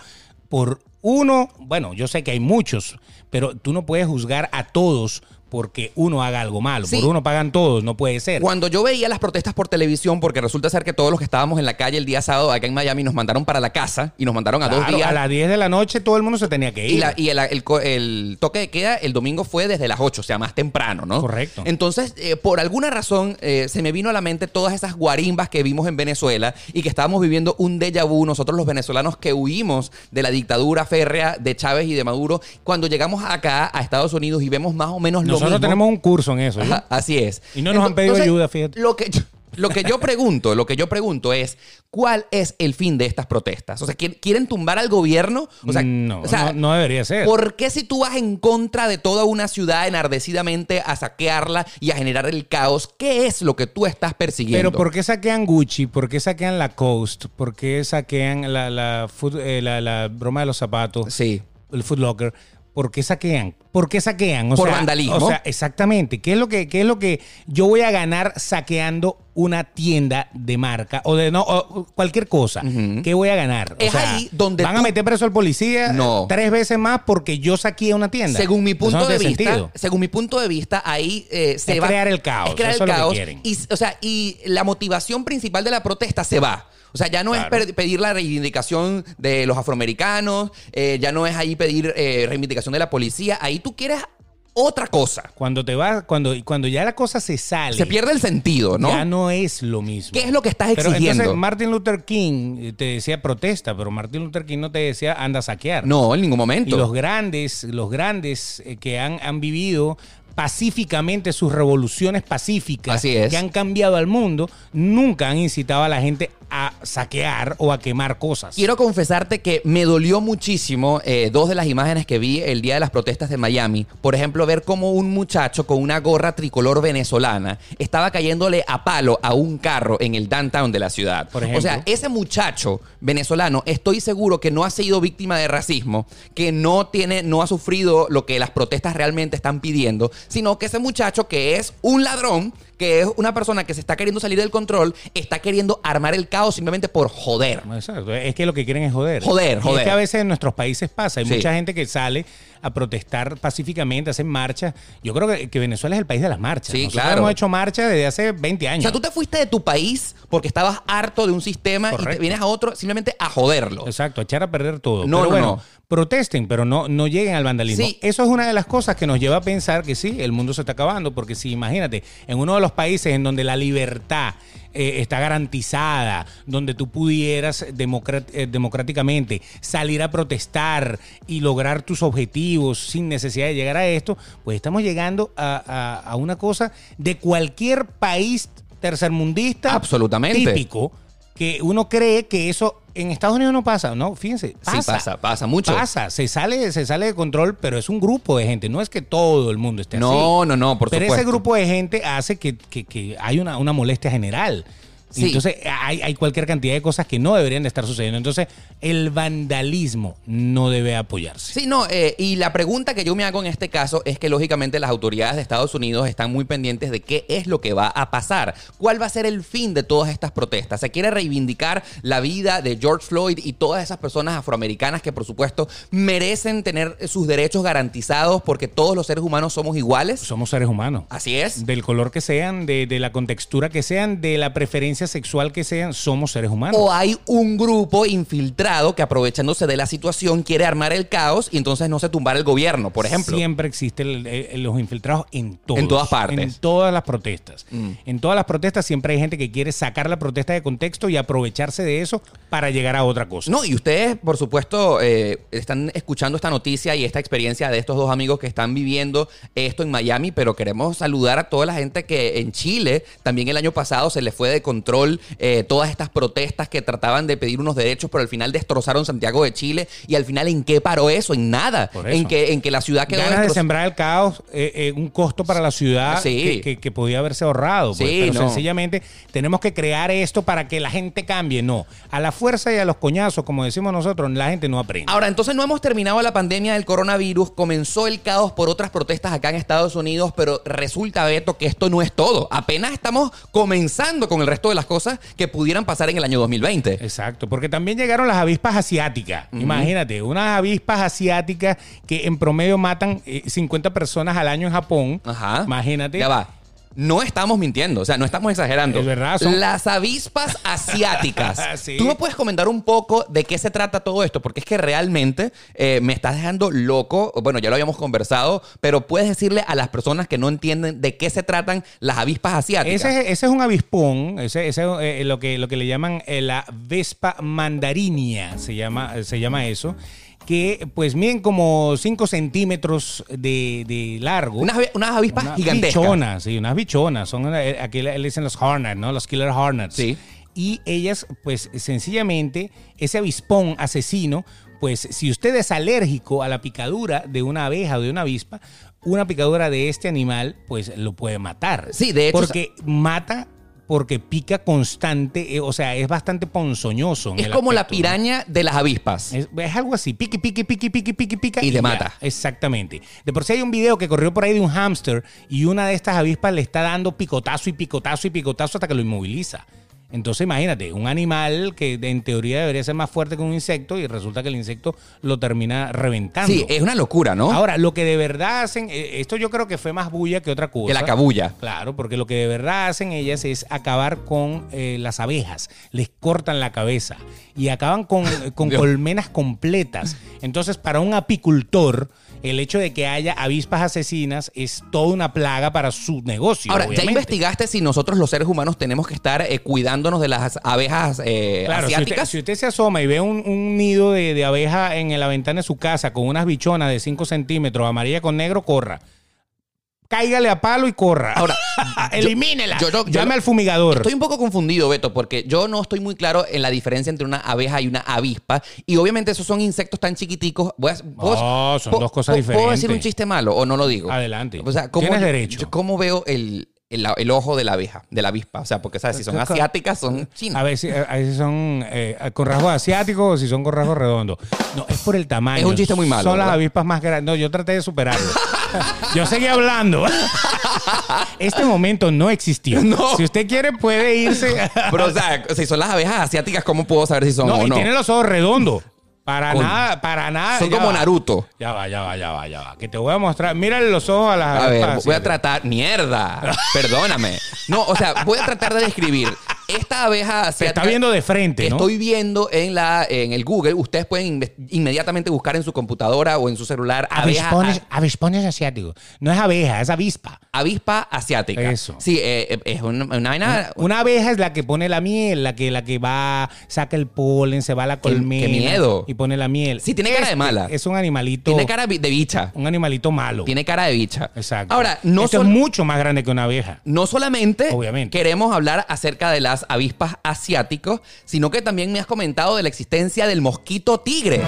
[SPEAKER 2] Por uno, bueno, yo sé que hay muchos, pero tú no puedes juzgar a todos porque uno haga algo malo.
[SPEAKER 1] Sí.
[SPEAKER 2] Por uno pagan todos, no puede ser.
[SPEAKER 1] Cuando yo veía las protestas por televisión, porque resulta ser que todos los que estábamos en la calle el día sábado acá en Miami nos mandaron para la casa y nos mandaron a dos
[SPEAKER 2] Claro,
[SPEAKER 1] días.
[SPEAKER 2] a las 10 de la noche todo el mundo se tenía que ir.
[SPEAKER 1] Y, la- y el, el co- el toque de queda el domingo fue desde las 8, o sea, más temprano, ¿no?
[SPEAKER 2] Correcto.
[SPEAKER 1] Entonces, eh, por alguna razón, eh, se me vino a la mente todas esas guarimbas que vimos en Venezuela y que estábamos viviendo un déjà vu, nosotros los venezolanos que huimos de la dictadura férrea de Chávez y de Maduro, cuando llegamos acá a Estados Unidos y vemos más o menos
[SPEAKER 2] Nosotros
[SPEAKER 1] lo mismo.
[SPEAKER 2] tenemos un curso en eso. ¿sí?
[SPEAKER 1] Ajá, así es.
[SPEAKER 2] Y no nos han pedido ayuda, fíjate.
[SPEAKER 1] Lo que, yo- lo que yo pregunto, lo que yo pregunto es, ¿cuál es el fin de estas protestas? O sea, ¿quieren, quieren tumbar al gobierno? O sea,
[SPEAKER 2] Mm, no,
[SPEAKER 1] o sea,
[SPEAKER 2] no, no debería ser.
[SPEAKER 1] ¿Por qué si tú vas en contra de toda una ciudad enardecidamente a saquearla y a generar el caos, qué es lo que tú estás persiguiendo?
[SPEAKER 2] Pero ¿por qué saquean Gucci? ¿Por qué saquean la Coast? ¿Por qué saquean la, la, food- eh, la- la broma de los zapatos?
[SPEAKER 1] Sí.
[SPEAKER 2] El Foot Locker. ¿Por qué saquean? ¿Por qué saquean? O
[SPEAKER 1] Por vandalismo.
[SPEAKER 2] O sea, exactamente. ¿Qué es, lo que, ¿Qué es lo que yo voy a ganar saqueando una tienda de marca o de no o cualquier cosa? ¿Qué voy a ganar? O
[SPEAKER 1] Es
[SPEAKER 2] sea,
[SPEAKER 1] ahí donde
[SPEAKER 2] van a
[SPEAKER 1] tú-
[SPEAKER 2] meter preso al policía
[SPEAKER 1] No.
[SPEAKER 2] tres veces más porque yo saqueé una tienda.
[SPEAKER 1] Según mi
[SPEAKER 2] Eso no
[SPEAKER 1] punto de
[SPEAKER 2] tiene
[SPEAKER 1] vista,
[SPEAKER 2] sentido.
[SPEAKER 1] según mi punto de vista, ahí eh, se
[SPEAKER 2] Es
[SPEAKER 1] va
[SPEAKER 2] crear el caos,
[SPEAKER 1] es crear
[SPEAKER 2] eso
[SPEAKER 1] el
[SPEAKER 2] es lo que
[SPEAKER 1] caos
[SPEAKER 2] quieren.
[SPEAKER 1] y o sea, y la motivación principal de la protesta se va. O sea, ya no
[SPEAKER 2] Claro.
[SPEAKER 1] es per- pedir la reivindicación de los afroamericanos, eh, ya no es ahí pedir eh, reivindicación de la policía, ahí tú quieres otra cosa.
[SPEAKER 2] Cuando te vas, cuando, cuando ya la cosa se sale.
[SPEAKER 1] Se pierde el sentido, ¿no?
[SPEAKER 2] Ya no es lo mismo.
[SPEAKER 1] ¿Qué es lo que estás
[SPEAKER 2] Pero
[SPEAKER 1] exigiendo?
[SPEAKER 2] entonces Martin Luther King eh, te decía protesta, pero Martin Luther King no te decía anda a saquear.
[SPEAKER 1] No, en ningún
[SPEAKER 2] Y
[SPEAKER 1] momento.
[SPEAKER 2] los grandes, los grandes eh, que han, han vivido pacíficamente sus revoluciones pacíficas
[SPEAKER 1] Así es.
[SPEAKER 2] que han cambiado al mundo, nunca han incitado a la gente a saquear o a quemar cosas.
[SPEAKER 1] Quiero confesarte que me dolió muchísimo eh, dos de las imágenes que vi el día de las protestas de Miami. Por ejemplo, ver cómo un muchacho con una gorra tricolor venezolana estaba cayéndole a palo a un carro en el downtown de la ciudad.
[SPEAKER 2] Por ejemplo.
[SPEAKER 1] O sea, ese muchacho venezolano, estoy seguro que no ha sido víctima de racismo, que no tiene, no ha sufrido lo que las protestas realmente están pidiendo, sino que ese muchacho que es un ladrón, que es una persona que se está queriendo salir del control, está queriendo armar el caos simplemente por joder.
[SPEAKER 2] Exacto. Es que lo que quieren es joder.
[SPEAKER 1] Joder,
[SPEAKER 2] Y
[SPEAKER 1] joder.
[SPEAKER 2] Es que a veces en nuestros países pasa. Hay
[SPEAKER 1] Sí.
[SPEAKER 2] mucha gente que sale a protestar pacíficamente, hacen marchas. Yo creo que, que Venezuela es el país de las marchas.
[SPEAKER 1] Sí,
[SPEAKER 2] Nosotros
[SPEAKER 1] claro.
[SPEAKER 2] hemos hecho marchas desde hace 20
[SPEAKER 1] O
[SPEAKER 2] años.
[SPEAKER 1] sea, tú te fuiste de tu país porque estabas harto de un sistema y te
[SPEAKER 2] Correcto.
[SPEAKER 1] vienes a otro simplemente a joderlo.
[SPEAKER 2] Exacto, a echar a perder todo.
[SPEAKER 1] No,
[SPEAKER 2] pero
[SPEAKER 1] no,
[SPEAKER 2] bueno,
[SPEAKER 1] no.
[SPEAKER 2] protesten, pero no, no lleguen al vandalismo.
[SPEAKER 1] Sí.
[SPEAKER 2] Eso es una de las cosas que nos lleva a pensar que sí, el mundo se está acabando, porque si imagínate, en uno de los países en donde la libertad eh, está garantizada, donde tú pudieras democrat- eh, democráticamente salir a protestar y lograr tus objetivos sin necesidad de llegar a esto, pues estamos llegando a, a- a una cosa de cualquier país tercermundista
[SPEAKER 1] Absolutamente.
[SPEAKER 2] típico que uno cree que eso en Estados Unidos no pasa, ¿no? Fíjense, pasa.
[SPEAKER 1] sí, pasa, pasa mucho.
[SPEAKER 2] Pasa, se sale, se sale de control, pero es un grupo de gente, no es que todo el mundo esté así.
[SPEAKER 1] No, no, no, por
[SPEAKER 2] pero
[SPEAKER 1] supuesto.
[SPEAKER 2] ese grupo de gente hace que, que- que hay una, una molestia general.
[SPEAKER 1] Sí.
[SPEAKER 2] Entonces hay, hay cualquier cantidad de cosas que no deberían de estar sucediendo. Entonces el vandalismo no debe apoyarse.
[SPEAKER 1] Sí, no, eh, y la pregunta que yo me hago en este caso es que lógicamente las autoridades de Estados Unidos están muy pendientes de qué es lo que va a pasar, cuál va a ser el fin de todas estas protestas. Se quiere reivindicar la vida de George Floyd y todas esas personas afroamericanas que por supuesto merecen tener sus derechos garantizados porque todos los seres humanos somos iguales.
[SPEAKER 2] Somos seres humanos.
[SPEAKER 1] Así es.
[SPEAKER 2] Del color que sean, de, de la contextura que sean, de la preferencia sexual que sean, somos seres humanos.
[SPEAKER 1] O hay un grupo infiltrado que aprovechándose de la situación quiere armar el caos y entonces no se tumbar el gobierno, por ejemplo.
[SPEAKER 2] Siempre existen el- el- los infiltrados en todos.
[SPEAKER 1] En todas partes. Mm.
[SPEAKER 2] En todas las protestas. En todas las protestas siempre hay gente que quiere sacar la protesta de contexto y aprovecharse de eso para llegar a otra cosa.
[SPEAKER 1] No, y ustedes, por supuesto, eh, están escuchando esta noticia y esta experiencia de estos dos amigos que están viviendo esto en Miami, pero queremos saludar a toda la gente que en Chile también el año pasado se les fue de control eh, todas estas protestas que trataban de pedir unos derechos, pero al final destrozaron Santiago de Chile y al final ¿en qué paró eso? En nada.
[SPEAKER 2] Por eso.
[SPEAKER 1] En que en que la ciudad quedó
[SPEAKER 2] Ganas de
[SPEAKER 1] destrozada.
[SPEAKER 2] sembrar el caos, eh, eh, un costo para la ciudad
[SPEAKER 1] Ah, Sí.
[SPEAKER 2] que, que- que podía haberse ahorrado. pues.
[SPEAKER 1] Sí,
[SPEAKER 2] Pero
[SPEAKER 1] no.
[SPEAKER 2] sencillamente tenemos que crear esto para que la gente cambie. No, a la fuerza y a los coñazos, como decimos nosotros, la gente no aprende.
[SPEAKER 1] Ahora, entonces no hemos terminado la pandemia del coronavirus, comenzó el caos por otras protestas acá en Estados Unidos, pero resulta, Beto, que esto no es todo. Apenas estamos comenzando con el resto de las cosas que pudieran pasar en el año 2020.
[SPEAKER 2] Exacto, porque también llegaron las avispas asiáticas. Imagínate, unas avispas asiáticas que en promedio matan eh, 50 personas al año en Japón.
[SPEAKER 1] Ajá.
[SPEAKER 2] Imagínate.
[SPEAKER 1] Ya va. No estamos mintiendo, o sea, no estamos exagerando.
[SPEAKER 2] Es verdad, son-
[SPEAKER 1] Las avispas asiáticas.
[SPEAKER 2] Sí.
[SPEAKER 1] ¿Tú me puedes comentar un poco de qué se trata todo esto? Porque es que realmente eh, me estás dejando loco. Bueno, ya lo habíamos conversado, pero puedes decirle a las personas que no entienden de qué se tratan las avispas asiáticas.
[SPEAKER 2] Ese, es- ese es un avispón, ese, ese es eh, lo, que, lo que le llaman eh, la vespa mandarinia, se llama, eh, se llama eso, que pues miden como 5 centímetros de, de largo.
[SPEAKER 1] Unas, avi- unas avispas
[SPEAKER 2] Unas
[SPEAKER 1] gigantescas.
[SPEAKER 2] Bichonas, sí, unas bichonas. Son, eh, aquí le le dicen los hornets, ¿no? Los killer hornets.
[SPEAKER 1] Sí.
[SPEAKER 2] Y ellas, pues sencillamente, ese avispón asesino, pues si usted es alérgico a la picadura de una abeja o de una avispa, una picadura de este animal, pues lo puede matar.
[SPEAKER 1] Sí, de hecho,
[SPEAKER 2] Porque mata porque pica constante, eh, o sea, es bastante ponzoñoso. en
[SPEAKER 1] Es
[SPEAKER 2] el
[SPEAKER 1] como la
[SPEAKER 2] aspecto, ¿no?
[SPEAKER 1] piraña de las avispas.
[SPEAKER 2] Es, es algo así, pique, pique, pique, pique, pique, pica.
[SPEAKER 1] Y te
[SPEAKER 2] ya.
[SPEAKER 1] mata.
[SPEAKER 2] Exactamente. De por sí hay un video que corrió por ahí de un hámster y una de estas avispas le está dando picotazo y picotazo y picotazo hasta que lo inmoviliza. Entonces imagínate, un animal que de- en teoría debería ser más fuerte que un insecto y resulta que el insecto lo termina reventando.
[SPEAKER 1] Sí, es una locura, ¿no?
[SPEAKER 2] Ahora, lo que de verdad hacen, eh, esto yo creo que fue más bulla que otra cosa.
[SPEAKER 1] que la cabulla.
[SPEAKER 2] Claro, porque lo que de verdad hacen ellas es acabar con eh, las abejas, les cortan la cabeza y acaban con, eh, con
[SPEAKER 1] Dios.
[SPEAKER 2] colmenas completas. Entonces, para un apicultor, el hecho de que haya avispas asesinas es toda una plaga para su negocio.
[SPEAKER 1] Ahora, ¿ya
[SPEAKER 2] obviamente.
[SPEAKER 1] investigaste si nosotros los seres humanos tenemos que estar eh, cuidándonos de las abejas eh,
[SPEAKER 2] Claro, si usted,
[SPEAKER 1] asiáticas?
[SPEAKER 2] si usted se asoma y ve un, un nido de, de abeja en la ventana de su casa con unas bichonas de 5 centímetros, amarilla con negro, corra. cáigale a palo y corra. Ah,
[SPEAKER 1] Ahora,
[SPEAKER 2] elimínela.
[SPEAKER 1] yo- yo- yo-
[SPEAKER 2] Llame al fumigador.
[SPEAKER 1] Estoy un poco confundido, Beto, porque yo no estoy muy claro en la diferencia entre una abeja y una avispa. Y obviamente esos son insectos tan chiquiticos. Voy a- ¿puedo-
[SPEAKER 2] son
[SPEAKER 1] po-
[SPEAKER 2] dos cosas
[SPEAKER 1] po- ¿Puedo decir
[SPEAKER 2] diferentes.
[SPEAKER 1] un chiste malo o no lo digo?
[SPEAKER 2] Adelante.
[SPEAKER 1] O sea, ¿cómo
[SPEAKER 2] Tienes
[SPEAKER 1] yo-
[SPEAKER 2] derecho.
[SPEAKER 1] yo ¿Cómo veo el, el- el ojo de la abeja, de la avispa? O sea, porque, ¿sabes? Si son asiáticas, son
[SPEAKER 2] A
[SPEAKER 1] chinas.
[SPEAKER 2] veces, a veces son eh, con rasgos asiáticos o si son con rasgos redondos. No, es por el tamaño.
[SPEAKER 1] Es un chiste muy malo,
[SPEAKER 2] Son las
[SPEAKER 1] ¿verdad?
[SPEAKER 2] avispas más grandes. No, yo traté de superarlo. yo seguí hablando. este momento no existió.
[SPEAKER 1] No.
[SPEAKER 2] Si usted quiere, puede irse.
[SPEAKER 1] Pero, o sea, si son las abejas asiáticas, ¿cómo puedo saber si son
[SPEAKER 2] no,
[SPEAKER 1] o
[SPEAKER 2] y
[SPEAKER 1] no?
[SPEAKER 2] tiene los ojos redondos. Para
[SPEAKER 1] Con-
[SPEAKER 2] nada, para nada.
[SPEAKER 1] Son
[SPEAKER 2] Ya
[SPEAKER 1] como
[SPEAKER 2] va.
[SPEAKER 1] Naruto.
[SPEAKER 2] Ya va, ya va, ya va, ya va. Que te voy a mostrar. Mírale los ojos a las
[SPEAKER 1] A ver,
[SPEAKER 2] avispas
[SPEAKER 1] voy a
[SPEAKER 2] asiáticas.
[SPEAKER 1] tratar. ¡Mierda! Perdóname. No, o sea, voy a tratar de describir. Esta abeja asiática.
[SPEAKER 2] Te está viendo de frente,
[SPEAKER 1] que
[SPEAKER 2] ¿no?
[SPEAKER 1] estoy viendo en, la, en el Google, ustedes pueden inve- inmediatamente buscar en su computadora o en su celular abeja,
[SPEAKER 2] Avispones, avispones asiáticos. No es abeja, es avispa.
[SPEAKER 1] a- avispa asiática.
[SPEAKER 2] Eso.
[SPEAKER 1] Sí, eh, eh, es una, una vaina...
[SPEAKER 2] Una abeja es la que pone la miel, la que, la que va, saca el polen, se va a la
[SPEAKER 1] Qué- qué
[SPEAKER 2] colmena.
[SPEAKER 1] miedo.
[SPEAKER 2] Y pone la miel.
[SPEAKER 1] Sí, tiene cara de mala.
[SPEAKER 2] Es un animalito.
[SPEAKER 1] tiene cara bi- de bicha.
[SPEAKER 2] Un animalito malo.
[SPEAKER 1] Tiene cara de bicha.
[SPEAKER 2] Exacto.
[SPEAKER 1] Ahora, no,
[SPEAKER 2] Esto
[SPEAKER 1] sol-
[SPEAKER 2] es mucho más grande que una abeja.
[SPEAKER 1] no solamente
[SPEAKER 2] Obviamente.
[SPEAKER 1] queremos hablar acerca de las avispas asiáticos, sino que también me has comentado de la existencia del mosquito tigre.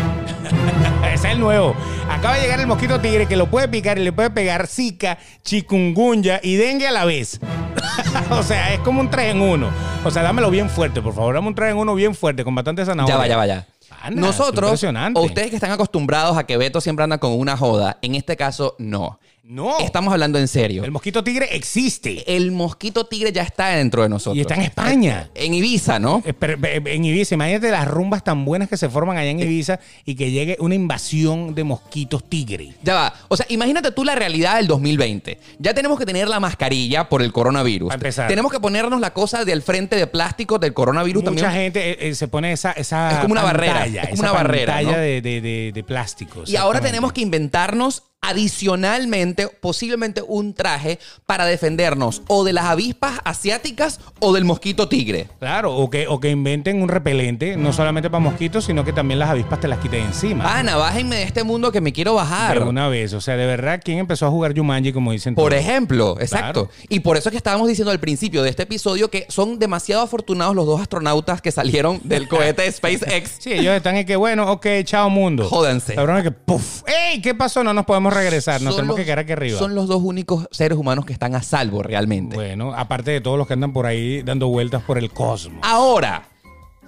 [SPEAKER 2] Ese es el nuevo. Acaba de llegar el mosquito tigre que lo puede picar y le puede pegar zika, chikungunya y dengue a la vez. o sea, es como un 3 en 1. O sea, dámelo bien fuerte, por favor. Dame un 3 en 1 bien fuerte, con bastante zanahoria.
[SPEAKER 1] Ya va, ya va, ya.
[SPEAKER 2] Pana,
[SPEAKER 1] Nosotros,
[SPEAKER 2] impresionante.
[SPEAKER 1] o ustedes que están acostumbrados a que Beto siempre anda con una joda, en este caso no.
[SPEAKER 2] No.
[SPEAKER 1] Estamos hablando en serio.
[SPEAKER 2] El mosquito tigre existe.
[SPEAKER 1] el mosquito tigre ya está dentro de nosotros.
[SPEAKER 2] Y está en España.
[SPEAKER 1] En Ibiza, ¿no?
[SPEAKER 2] Eh, pero, eh, En Ibiza, imagínate las rumbas tan buenas que se forman allá
[SPEAKER 1] Eh.
[SPEAKER 2] en Ibiza y que llegue una invasión de mosquitos tigre.
[SPEAKER 1] Ya va. O sea, imagínate tú la realidad del 2020. Ya tenemos que tener la mascarilla por el coronavirus.
[SPEAKER 2] Para empezar.
[SPEAKER 1] Tenemos que ponernos la cosa del frente de plástico del coronavirus
[SPEAKER 2] Mucha
[SPEAKER 1] también.
[SPEAKER 2] gente eh, eh, se pone esa, esa
[SPEAKER 1] Es como una barrera,
[SPEAKER 2] pantalla,
[SPEAKER 1] es como
[SPEAKER 2] esa
[SPEAKER 1] una barrera,
[SPEAKER 2] pantalla
[SPEAKER 1] ¿no?
[SPEAKER 2] de, de, de, de plástico.
[SPEAKER 1] Y ahora tenemos que inventarnos adicionalmente, posiblemente un traje para defendernos o de las avispas asiáticas o del mosquito tigre.
[SPEAKER 2] Claro, o que, o que inventen un repelente, no solamente para mosquitos, sino que también las avispas te las quiten encima.
[SPEAKER 1] Pana, bájenme de este mundo que me quiero bajar.
[SPEAKER 2] De una vez. O sea, de verdad, ¿quién empezó a jugar Jumanji, como dicen
[SPEAKER 1] Por
[SPEAKER 2] todos?
[SPEAKER 1] ejemplo, exacto. Y por eso es que estábamos diciendo al principio de este episodio que son demasiado afortunados los dos astronautas que salieron del cohete SpaceX.
[SPEAKER 2] Sí, ellos están en que, bueno, ok, chao mundo.
[SPEAKER 1] Jódanse.
[SPEAKER 2] La broma es que, puff, ¡ey! ¿Qué pasó? No nos podemos regresar, nos
[SPEAKER 1] Son
[SPEAKER 2] tenemos
[SPEAKER 1] los-
[SPEAKER 2] que quedar aquí arriba.
[SPEAKER 1] Son los dos únicos seres humanos que están a salvo realmente.
[SPEAKER 2] Bueno, aparte de todos los que andan por ahí dando vueltas por el cosmos.
[SPEAKER 1] Ahora,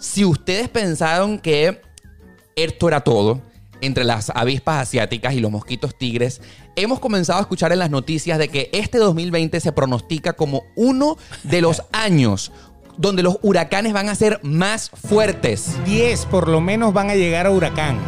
[SPEAKER 1] si ustedes pensaron que esto era todo entre las avispas asiáticas y los mosquitos tigres, hemos comenzado a escuchar en las noticias de que este 2020 se pronostica como uno de los años donde los huracanes van a ser más fuertes.
[SPEAKER 2] 10 por lo menos van a llegar a huracán.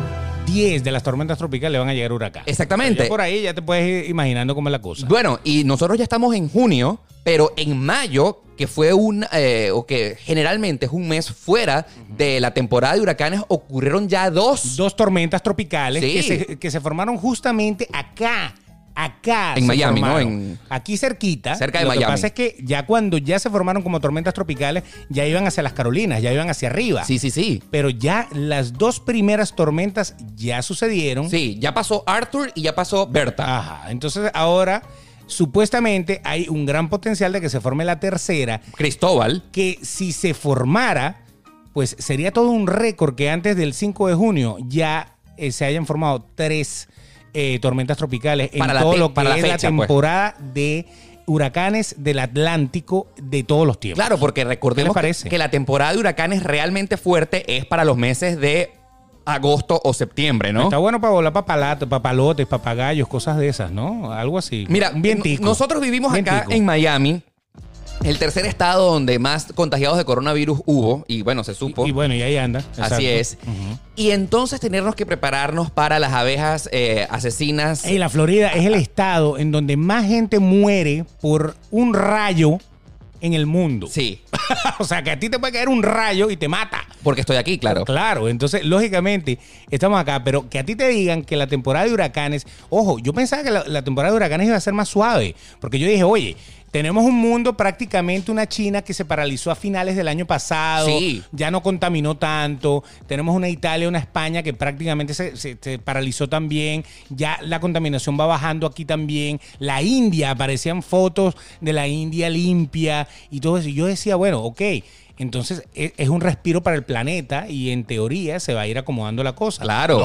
[SPEAKER 2] 10 de las tormentas tropicales van a llegar a huracán.
[SPEAKER 1] Exactamente.
[SPEAKER 2] Ya por ahí ya te puedes ir imaginando cómo es la cosa.
[SPEAKER 1] Bueno, y nosotros ya estamos en junio, pero en mayo, que fue un, eh, o que generalmente es un mes fuera de la temporada de huracanes, ocurrieron ya dos.
[SPEAKER 2] Dos tormentas tropicales
[SPEAKER 1] Sí.
[SPEAKER 2] que, se, que se formaron justamente acá. Acá.
[SPEAKER 1] En
[SPEAKER 2] se
[SPEAKER 1] Miami, ¿no?
[SPEAKER 2] formaron.
[SPEAKER 1] En-
[SPEAKER 2] Aquí cerquita.
[SPEAKER 1] Cerca de
[SPEAKER 2] Lo que
[SPEAKER 1] Miami.
[SPEAKER 2] pasa es que ya cuando ya se formaron como tormentas tropicales, ya iban hacia las Carolinas, ya iban hacia arriba.
[SPEAKER 1] Sí, sí, sí.
[SPEAKER 2] Pero ya las dos primeras tormentas ya sucedieron.
[SPEAKER 1] Sí, ya pasó Arthur y ya pasó Berta.
[SPEAKER 2] Ajá. Entonces ahora supuestamente hay un gran potencial de que se forme la tercera,
[SPEAKER 1] Cristóbal.
[SPEAKER 2] que si se formara, pues sería todo un récord que antes del 5 de junio ya eh, se hayan formado tres eh, tormentas tropicales en
[SPEAKER 1] Para la
[SPEAKER 2] todo
[SPEAKER 1] te-
[SPEAKER 2] lo que
[SPEAKER 1] para la
[SPEAKER 2] es la
[SPEAKER 1] fecha, pues.
[SPEAKER 2] temporada de huracanes del Atlántico de todos los tiempos.
[SPEAKER 1] Claro, porque recordemos
[SPEAKER 2] ¿Qué les parece?
[SPEAKER 1] que, que la temporada de huracanes realmente fuerte es para los meses de agosto o septiembre, ¿no?
[SPEAKER 2] Está bueno para volar papalato, papalotes, papagayos, cosas de esas, ¿no? Algo así.
[SPEAKER 1] Mira,
[SPEAKER 2] un vientico.
[SPEAKER 1] no- nosotros vivimos acá
[SPEAKER 2] Vientico.
[SPEAKER 1] en Miami, el tercer estado donde más contagiados de coronavirus hubo, y bueno, se supo.
[SPEAKER 2] Y bueno, y ahí anda. Exacto.
[SPEAKER 1] Así es. Y entonces tenernos que prepararnos para las abejas eh, asesinas.
[SPEAKER 2] Ey, la Florida es
[SPEAKER 1] Ah.
[SPEAKER 2] el estado en donde más gente muere por un rayo en el mundo.
[SPEAKER 1] Sí.
[SPEAKER 2] o sea, que a ti te puede caer un rayo y te mata.
[SPEAKER 1] Porque estoy aquí, claro.
[SPEAKER 2] Claro, entonces, lógicamente, estamos acá, pero que a ti te digan que la temporada de huracanes, ojo, yo pensaba que la, la temporada de huracanes iba a ser más suave, porque yo dije, oye, tenemos un mundo prácticamente una China que se paralizó a finales del año pasado,
[SPEAKER 1] Sí.
[SPEAKER 2] ya no contaminó tanto, tenemos una Italia, una España que prácticamente se, se- se paralizó también, ya la contaminación va bajando aquí también, la India, aparecían fotos de la India limpia y todo eso, y yo decía, bueno, ok. Entonces e- es un respiro para el planeta y en teoría se va a ir acomodando la cosa.
[SPEAKER 1] Claro.
[SPEAKER 2] No,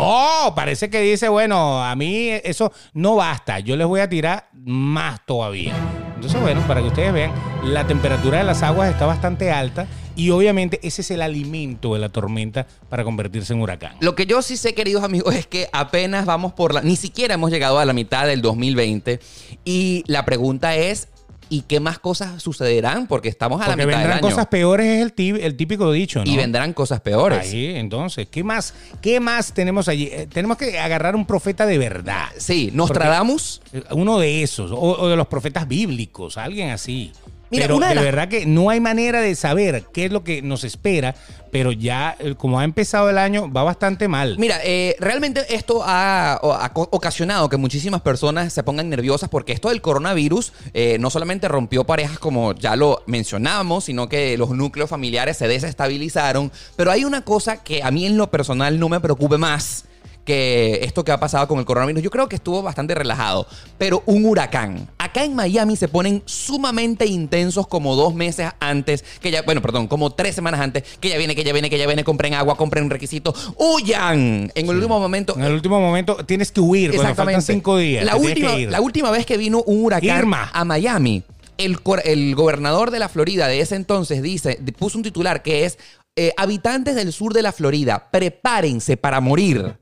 [SPEAKER 2] Oh, parece que dice, bueno, a mí eso no basta, yo les voy a tirar más todavía. Entonces, bueno, para que ustedes vean, la temperatura de las aguas está bastante alta y obviamente ese es el alimento de la tormenta para convertirse en huracán.
[SPEAKER 1] Lo que yo sí sé, queridos amigos, es que apenas vamos por la... Ni siquiera hemos llegado a la mitad del 2020. Y la pregunta es, ¿y qué más cosas sucederán? Porque estamos a
[SPEAKER 2] Porque
[SPEAKER 1] la mitad del
[SPEAKER 2] vendrán
[SPEAKER 1] año.
[SPEAKER 2] cosas peores es el, ti- el típico dicho, ¿no?
[SPEAKER 1] Y vendrán cosas peores.
[SPEAKER 2] Ahí, entonces, ¿qué más, ¿qué más tenemos allí? Eh, tenemos que agarrar un profeta de verdad.
[SPEAKER 1] Sí, Nostradamus...
[SPEAKER 2] Eh, Uno de esos, o, o de los profetas bíblicos, alguien así.
[SPEAKER 1] Mira,
[SPEAKER 2] pero
[SPEAKER 1] una de
[SPEAKER 2] de
[SPEAKER 1] las-
[SPEAKER 2] verdad que no hay manera de saber qué es lo que nos espera, pero ya eh, como ha empezado el año, va bastante mal.
[SPEAKER 1] Mira, eh, realmente esto ha, o- ha co- ocasionado que muchísimas personas se pongan nerviosas porque esto del coronavirus eh, no solamente rompió parejas como ya lo mencionamos, sino que los núcleos familiares se desestabilizaron. Pero hay una cosa que a mí en lo personal no me preocupe más que esto que ha pasado con el coronavirus. Yo creo que estuvo bastante relajado, pero un huracán. Acá en Miami se ponen sumamente intensos como dos meses antes, que ya, bueno, perdón, como tres semanas antes, que ya viene, que ya viene, que ya viene, compren agua, compren requisitos, huyan. En el último momento.
[SPEAKER 2] En el último momento tienes que huir cuando faltan cinco días.
[SPEAKER 1] eh, La
[SPEAKER 2] te tienes
[SPEAKER 1] última,
[SPEAKER 2] que ir.
[SPEAKER 1] la última vez que vino un huracán
[SPEAKER 2] Irma.
[SPEAKER 1] a Miami, el, cor- el gobernador de la Florida de ese entonces dice, de- puso un titular que es eh, habitantes del sur de la Florida, prepárense para morir.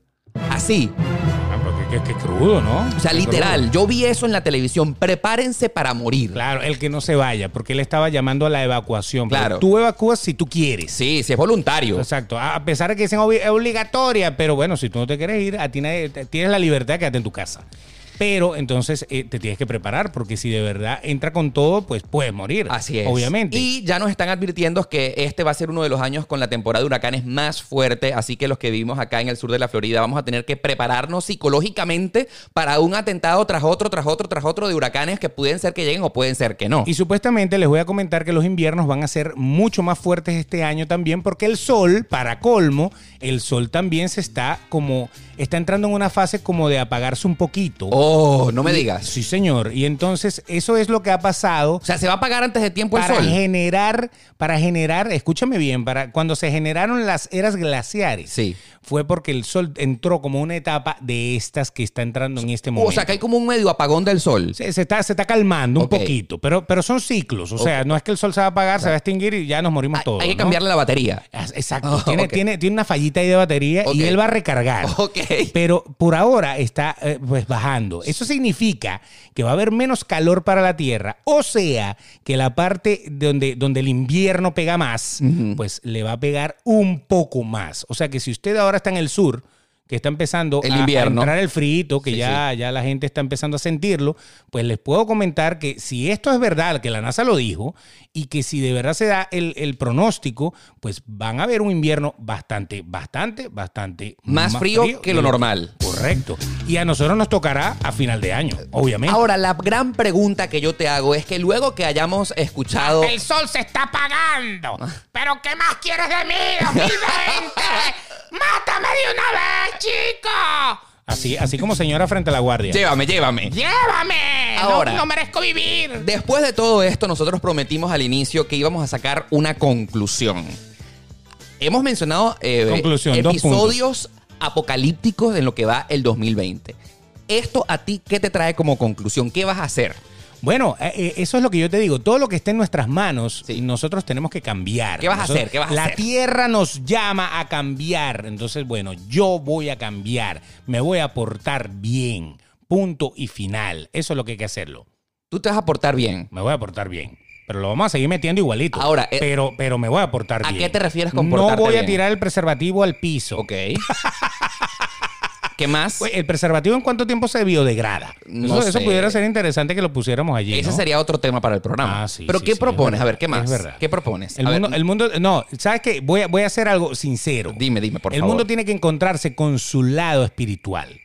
[SPEAKER 1] Así,
[SPEAKER 2] Ah, pero qué, qué- qué crudo, ¿no?
[SPEAKER 1] o sea,
[SPEAKER 2] Qué
[SPEAKER 1] literal,
[SPEAKER 2] crudo.
[SPEAKER 1] yo vi eso en la televisión, prepárense para morir.
[SPEAKER 2] Claro, el que no se vaya, porque él estaba llamando a la evacuación. pero
[SPEAKER 1] Claro.
[SPEAKER 2] Tú evacúas si tú quieres.
[SPEAKER 1] Sí, si es voluntario.
[SPEAKER 2] Exacto. A a pesar de que dicen obli- es obligatoria, pero bueno, si tú no te quieres ir, a ti nadie- te- tienes la libertad de quedarte en tu casa. Pero entonces eh, te tienes que preparar, porque si de verdad entra con todo, pues puedes morir.
[SPEAKER 1] Así es.
[SPEAKER 2] Obviamente.
[SPEAKER 1] Y ya nos están advirtiendo que este va a ser uno de los años con la temporada de huracanes más fuerte, así que los que vivimos acá en el sur de la Florida vamos a tener que prepararnos psicológicamente para un atentado tras otro, tras otro, tras otro de huracanes que pueden ser que lleguen o pueden ser que no.
[SPEAKER 2] Y supuestamente les voy a comentar que los inviernos van a ser mucho más fuertes este año también, porque el sol, para colmo, el sol también se está como, está entrando en una fase como de apagarse un poquito.
[SPEAKER 1] Oh, no me digas.
[SPEAKER 2] Sí, señor. Y entonces eso es lo que ha pasado.
[SPEAKER 1] O sea, se va a apagar antes de tiempo el
[SPEAKER 2] para
[SPEAKER 1] sol.
[SPEAKER 2] generar, para generar, escúchame bien, para cuando se generaron las eras glaciares,
[SPEAKER 1] Sí.
[SPEAKER 2] fue porque el sol entró como una etapa de estas que está entrando en este momento.
[SPEAKER 1] O sea, que hay como un medio apagón del sol.
[SPEAKER 2] se, se está, se está calmando
[SPEAKER 1] Ok.
[SPEAKER 2] un poquito, pero, pero son ciclos. O sea, no es que el sol se va a apagar, se va a extinguir y ya nos morimos
[SPEAKER 1] Hay,
[SPEAKER 2] todos.
[SPEAKER 1] Ah, hay que
[SPEAKER 2] ¿no?
[SPEAKER 1] cambiarle la batería.
[SPEAKER 2] Ah, Exacto.
[SPEAKER 1] Ah,
[SPEAKER 2] tiene,
[SPEAKER 1] ok.
[SPEAKER 2] tiene, tiene una fallita ahí de batería
[SPEAKER 1] Ok.
[SPEAKER 2] y él va a recargar.
[SPEAKER 1] Ok.
[SPEAKER 2] Pero por ahora está eh, pues bajando. Eso significa que va a haber menos calor para la Tierra. O sea, que la parte donde, donde el invierno pega más, pues le va a pegar un poco más. O sea que si usted ahora está en el sur, que está empezando
[SPEAKER 1] El
[SPEAKER 2] a-
[SPEAKER 1] invierno.
[SPEAKER 2] a entrar el frío, que
[SPEAKER 1] Sí,
[SPEAKER 2] ya, ya la gente está empezando a sentirlo, pues les puedo comentar que si esto es verdad, que la NASA lo dijo, y que si de verdad se da el, el pronóstico, pues van a haber un invierno bastante, bastante, bastante
[SPEAKER 1] Más frío que lo normal.
[SPEAKER 2] Correcto. Y a nosotros nos tocará a final de año, obviamente.
[SPEAKER 1] Ahora, la gran pregunta que yo te hago es que luego que hayamos escuchado...
[SPEAKER 3] El sol se está apagando.
[SPEAKER 1] Ah.
[SPEAKER 3] ¿Pero qué más quieres de mí, 2020? ¡Mátame de una vez, chico!
[SPEAKER 2] Así, así como señora frente a la guardia.
[SPEAKER 1] Llévame, llévame.
[SPEAKER 3] ¡Llévame! No-
[SPEAKER 1] Ahora.
[SPEAKER 3] no merezco vivir.
[SPEAKER 1] Después de todo esto, nosotros prometimos al inicio que íbamos a sacar una conclusión. Hemos mencionado eh,
[SPEAKER 2] Conclusión, dos
[SPEAKER 1] episodios apocalípticos en lo que va el 2020. ¿Esto a ti qué te trae como conclusión? ¿Qué vas a hacer?
[SPEAKER 2] Bueno, eh, eh, eso es lo que yo te digo. Todo lo que esté en nuestras manos,
[SPEAKER 1] Sí.
[SPEAKER 2] nosotros tenemos que cambiar.
[SPEAKER 1] ¿Qué vas a
[SPEAKER 2] Nosotros-
[SPEAKER 1] hacer? ¿Qué vas a
[SPEAKER 2] la
[SPEAKER 1] hacer?
[SPEAKER 2] tierra nos llama a cambiar. Entonces, bueno, yo voy a cambiar. Me voy a portar bien. Punto y final. Eso es lo que hay que hacerlo.
[SPEAKER 1] Tú te vas a portar bien.
[SPEAKER 2] Me voy a portar bien. Pero lo vamos a seguir metiendo igualito.
[SPEAKER 1] Ahora, eh,
[SPEAKER 2] pero, pero me voy a portar
[SPEAKER 1] ¿a
[SPEAKER 2] bien.
[SPEAKER 1] qué te refieres con
[SPEAKER 2] No
[SPEAKER 1] portarte
[SPEAKER 2] voy a
[SPEAKER 1] bien?
[SPEAKER 2] tirar el preservativo al piso.
[SPEAKER 1] Ok. ¿Qué más?
[SPEAKER 2] Oye, ¿El preservativo en cuánto tiempo se biodegrada?
[SPEAKER 1] No
[SPEAKER 2] eso, eso
[SPEAKER 1] sé.
[SPEAKER 2] pudiera ser interesante que lo pusiéramos allí.
[SPEAKER 1] Ese
[SPEAKER 2] ¿no?
[SPEAKER 1] sería otro tema para el programa.
[SPEAKER 2] Ah, sí,
[SPEAKER 1] Pero
[SPEAKER 2] sí,
[SPEAKER 1] ¿qué
[SPEAKER 2] sí,
[SPEAKER 1] propones?
[SPEAKER 2] es
[SPEAKER 1] A ver, ¿qué
[SPEAKER 2] verdad,
[SPEAKER 1] más?
[SPEAKER 2] es verdad.
[SPEAKER 1] ¿Qué propones?
[SPEAKER 2] El
[SPEAKER 1] A ver,
[SPEAKER 2] mundo, el mundo, no, ¿sabes qué? Voy a, voy a hacer algo sincero.
[SPEAKER 1] Dime, dime, por
[SPEAKER 2] el
[SPEAKER 1] favor.
[SPEAKER 2] mundo tiene que encontrarse con su lado espiritual.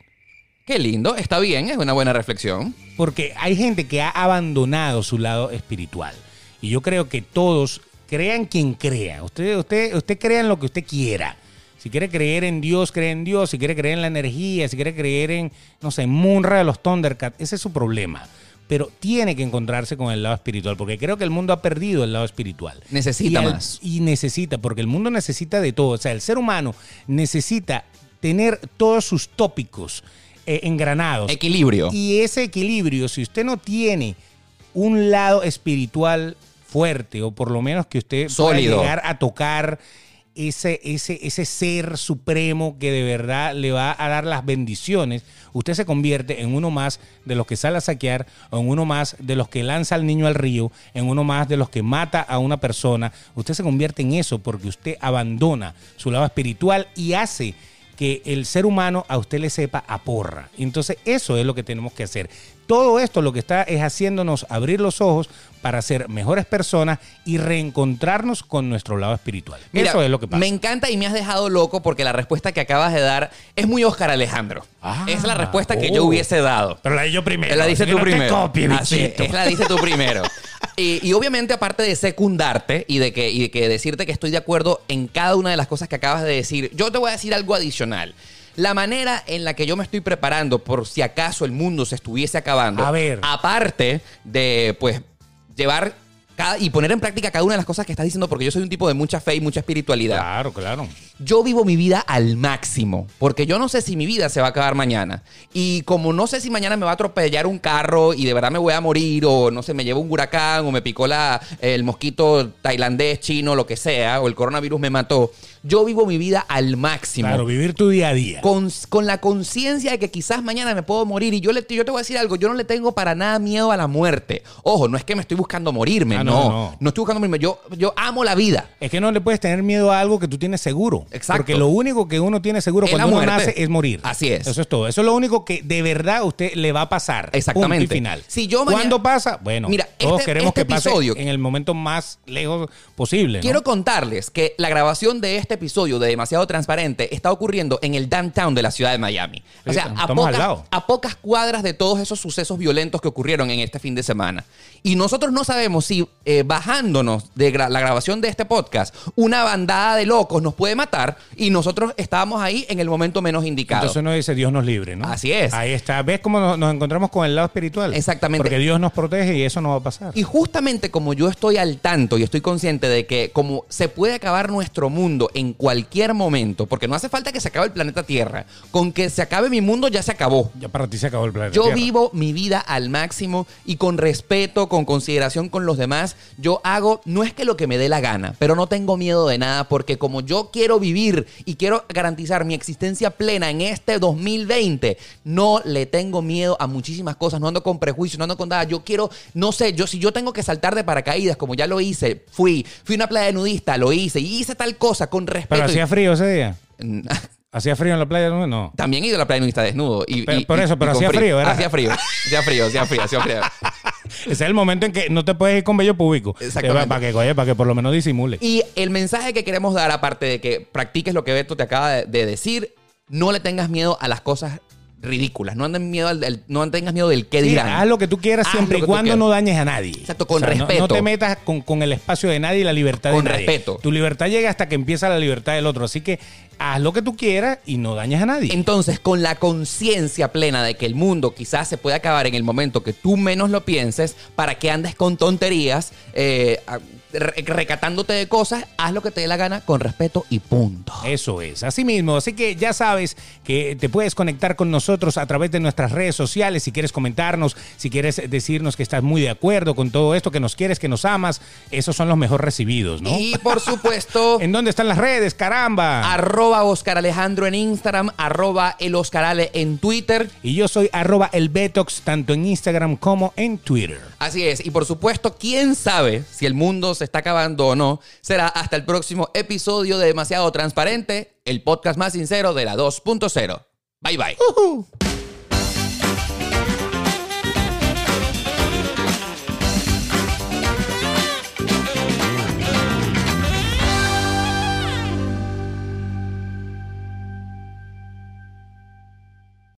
[SPEAKER 1] Qué lindo, está bien, es una buena reflexión.
[SPEAKER 2] Porque hay gente que ha abandonado su lado espiritual. Y yo creo que todos, crean quien crea. Usted, usted, usted crea en lo que usted quiera. Si quiere creer en Dios, cree en Dios. Si quiere creer en la energía, si quiere creer en, no sé, Munra de los Thundercats, ese es su problema. Pero tiene que encontrarse con el lado espiritual, porque creo que el mundo ha perdido el lado espiritual.
[SPEAKER 1] Necesita
[SPEAKER 2] Y al-
[SPEAKER 1] más.
[SPEAKER 2] y necesita, porque el mundo necesita de todo. O sea, el ser humano necesita tener todos sus tópicos eh, engranados.
[SPEAKER 1] Equilibrio.
[SPEAKER 2] Y ese equilibrio, si usted no tiene un lado espiritual fuerte, o por lo menos que usted pueda
[SPEAKER 1] Sólido.
[SPEAKER 2] llegar a tocar ese, ese, ese ser supremo que de verdad le va a dar las bendiciones, usted se convierte en uno más de los que sale a saquear, o en uno más de los que lanza al niño al río, en uno más de los que mata a una persona. Usted se convierte en eso porque usted abandona su lado espiritual y hace que el ser humano a usted le sepa a porra. Entonces eso es lo que tenemos que hacer. Todo esto lo que está es haciéndonos abrir los ojos para ser mejores personas y reencontrarnos con nuestro lado espiritual.
[SPEAKER 1] Mira,
[SPEAKER 2] eso es lo que pasa.
[SPEAKER 1] Me encanta y me has dejado loco porque la respuesta que acabas de dar es muy Oscar Alejandro.
[SPEAKER 2] Ah,
[SPEAKER 1] es la respuesta que
[SPEAKER 2] oh.
[SPEAKER 1] yo hubiese dado.
[SPEAKER 2] Pero la di yo primero.
[SPEAKER 1] la dice
[SPEAKER 2] Que
[SPEAKER 1] tú
[SPEAKER 2] no te
[SPEAKER 1] primero.
[SPEAKER 2] copie,
[SPEAKER 1] Así es,
[SPEAKER 2] bichito.
[SPEAKER 1] es la dice tú primero. Y, y obviamente, aparte de secundarte y de, que, y de que decirte que estoy de acuerdo en cada una de las cosas que acabas de decir, yo te voy a decir algo adicional. La manera en la que yo me estoy preparando por si acaso el mundo se estuviese acabando.
[SPEAKER 2] A ver.
[SPEAKER 1] Aparte de, pues, llevar cada- y poner en práctica cada una de las cosas que estás diciendo, porque yo soy un tipo de mucha fe y mucha espiritualidad
[SPEAKER 2] Claro, claro.
[SPEAKER 1] yo vivo mi vida al máximo, porque yo no sé si mi vida se va a acabar mañana. Y como no sé si mañana me va a atropellar un carro y de verdad me voy a morir, o no sé, me lleva un huracán, o me picó la, el mosquito tailandés, chino, lo que sea, o el coronavirus me mató, yo vivo mi vida al máximo.
[SPEAKER 2] Claro, vivir tu día a día.
[SPEAKER 1] Con, con la conciencia de que quizás mañana me puedo morir. Y yo, le, yo te voy a decir algo, yo no le tengo para nada miedo a la muerte. Ojo, no es que me estoy buscando morirme,
[SPEAKER 2] Ah, no,
[SPEAKER 1] no, no.
[SPEAKER 2] no.
[SPEAKER 1] estoy buscando morirme. Yo, yo amo la vida.
[SPEAKER 2] Es que no le puedes tener miedo a algo que tú tienes seguro.
[SPEAKER 1] Exacto.
[SPEAKER 2] Porque lo único que uno tiene seguro
[SPEAKER 1] Es
[SPEAKER 2] cuando
[SPEAKER 1] la
[SPEAKER 2] uno
[SPEAKER 1] muerte.
[SPEAKER 2] nace es morir.
[SPEAKER 1] Así es.
[SPEAKER 2] Eso es todo. Eso es lo único que de verdad a usted le va a pasar.
[SPEAKER 1] Exactamente.
[SPEAKER 2] Punto y final.
[SPEAKER 1] Si yo mañana-
[SPEAKER 2] ¿Cuándo pasa? Bueno,
[SPEAKER 1] Mira,
[SPEAKER 2] todos
[SPEAKER 1] este-
[SPEAKER 2] queremos
[SPEAKER 1] este
[SPEAKER 2] que pase
[SPEAKER 1] episodio-
[SPEAKER 2] en el momento más lejos posible. ¿no?
[SPEAKER 1] Quiero contarles que la grabación de este episodio de Demasiado Transparente está ocurriendo en el downtown de la ciudad de Miami. O
[SPEAKER 2] Sí,
[SPEAKER 1] sea, a
[SPEAKER 2] estamos al
[SPEAKER 1] pocas,
[SPEAKER 2] lado.
[SPEAKER 1] a pocas cuadras de todos esos sucesos violentos que ocurrieron en este fin de semana. Y nosotros no sabemos si eh, bajándonos de gra- la grabación de este podcast, una bandada de locos nos puede matar y nosotros estábamos ahí en el momento menos indicado.
[SPEAKER 2] Entonces uno dice, Dios nos libre, ¿no?
[SPEAKER 1] Así es.
[SPEAKER 2] Ahí está. ¿Ves cómo nos, nos encontramos con el lado espiritual?
[SPEAKER 1] Exactamente.
[SPEAKER 2] Porque Dios nos protege y eso no va a pasar.
[SPEAKER 1] Y justamente como yo estoy al tanto y estoy consciente de que como se puede acabar nuestro mundo en cualquier momento, porque no hace falta que se acabe el planeta Tierra, con que se acabe mi mundo ya se acabó.
[SPEAKER 2] Ya para ti se acabó el planeta.
[SPEAKER 1] Yo
[SPEAKER 2] Tierra.
[SPEAKER 1] vivo mi vida al máximo y con respeto, con consideración con los demás, yo hago, no es que lo que me dé la gana, pero no tengo miedo de nada porque como yo quiero vivir y quiero garantizar mi existencia plena en este 2020, no le tengo miedo a muchísimas cosas, no ando con prejuicios, no ando con nada, yo quiero, no sé, yo si yo tengo que saltar de paracaídas, como ya lo hice, fui, fui a una playa de nudista, lo hice y hice tal cosa con respeto.
[SPEAKER 2] Pero hacía frío ese día.
[SPEAKER 1] y-
[SPEAKER 2] ¿Hacía frío en la playa? No. no.
[SPEAKER 1] también he ido a la playa nudista desnudo. Y,
[SPEAKER 2] Pero-
[SPEAKER 1] y-
[SPEAKER 2] por
[SPEAKER 1] y-
[SPEAKER 2] eso, pero
[SPEAKER 1] y con
[SPEAKER 2] hacía frío, ¿verdad?
[SPEAKER 1] Hacía frío, hacía frío, hacía frío, hacía frío.
[SPEAKER 2] Ese es el momento en que no te puedes ir con bello público.
[SPEAKER 1] Exactamente.
[SPEAKER 2] Para que, oye, para que por lo menos disimule.
[SPEAKER 1] Y el mensaje que queremos dar, aparte de que practiques lo que Beto te acaba de, de decir, no le tengas miedo a las cosas ridículas. No, anden miedo al, al- no tengas miedo del qué
[SPEAKER 2] Sí,
[SPEAKER 1] dirán.
[SPEAKER 2] haz lo que tú quieras
[SPEAKER 1] Haz lo
[SPEAKER 2] siempre y
[SPEAKER 1] que tú
[SPEAKER 2] cuando
[SPEAKER 1] quieras.
[SPEAKER 2] no dañes a nadie.
[SPEAKER 1] Exacto, con
[SPEAKER 2] no- No,
[SPEAKER 1] respeto.
[SPEAKER 2] te metas con, con el espacio de nadie y la libertad
[SPEAKER 1] Con
[SPEAKER 2] de nadie.
[SPEAKER 1] respeto.
[SPEAKER 2] Tu libertad llega hasta que empieza la libertad del otro. Así que haz lo que tú quieras y no dañes a nadie.
[SPEAKER 1] Entonces, con la conciencia plena de que el mundo quizás se puede acabar en el momento que tú menos lo pienses, para que andes con tonterías, eh, a- re- recatándote de cosas, haz lo que te dé la gana con respeto y punto.
[SPEAKER 2] Eso es, así mismo. Así que ya sabes que te puedes conectar con nosotros a través de nuestras redes sociales. Si quieres comentarnos, si quieres decirnos que estás muy de acuerdo con todo esto, que nos quieres, que nos amas, esos son los mejor recibidos, ¿no?
[SPEAKER 1] Y por supuesto.
[SPEAKER 2] ¿En dónde están las redes? Caramba.
[SPEAKER 1] arroba Oscar Alejandro en Instagram, arroba el Oscar Ale en Twitter.
[SPEAKER 2] y yo soy arroba el Betox, tanto en Instagram como en Twitter.
[SPEAKER 1] Así es, y por supuesto, quién sabe si el mundo se está acabando o no, será hasta el próximo episodio de Demasiado Transparente, el podcast más sincero de la 2.0.
[SPEAKER 4] Bye bye.
[SPEAKER 1] Ujú.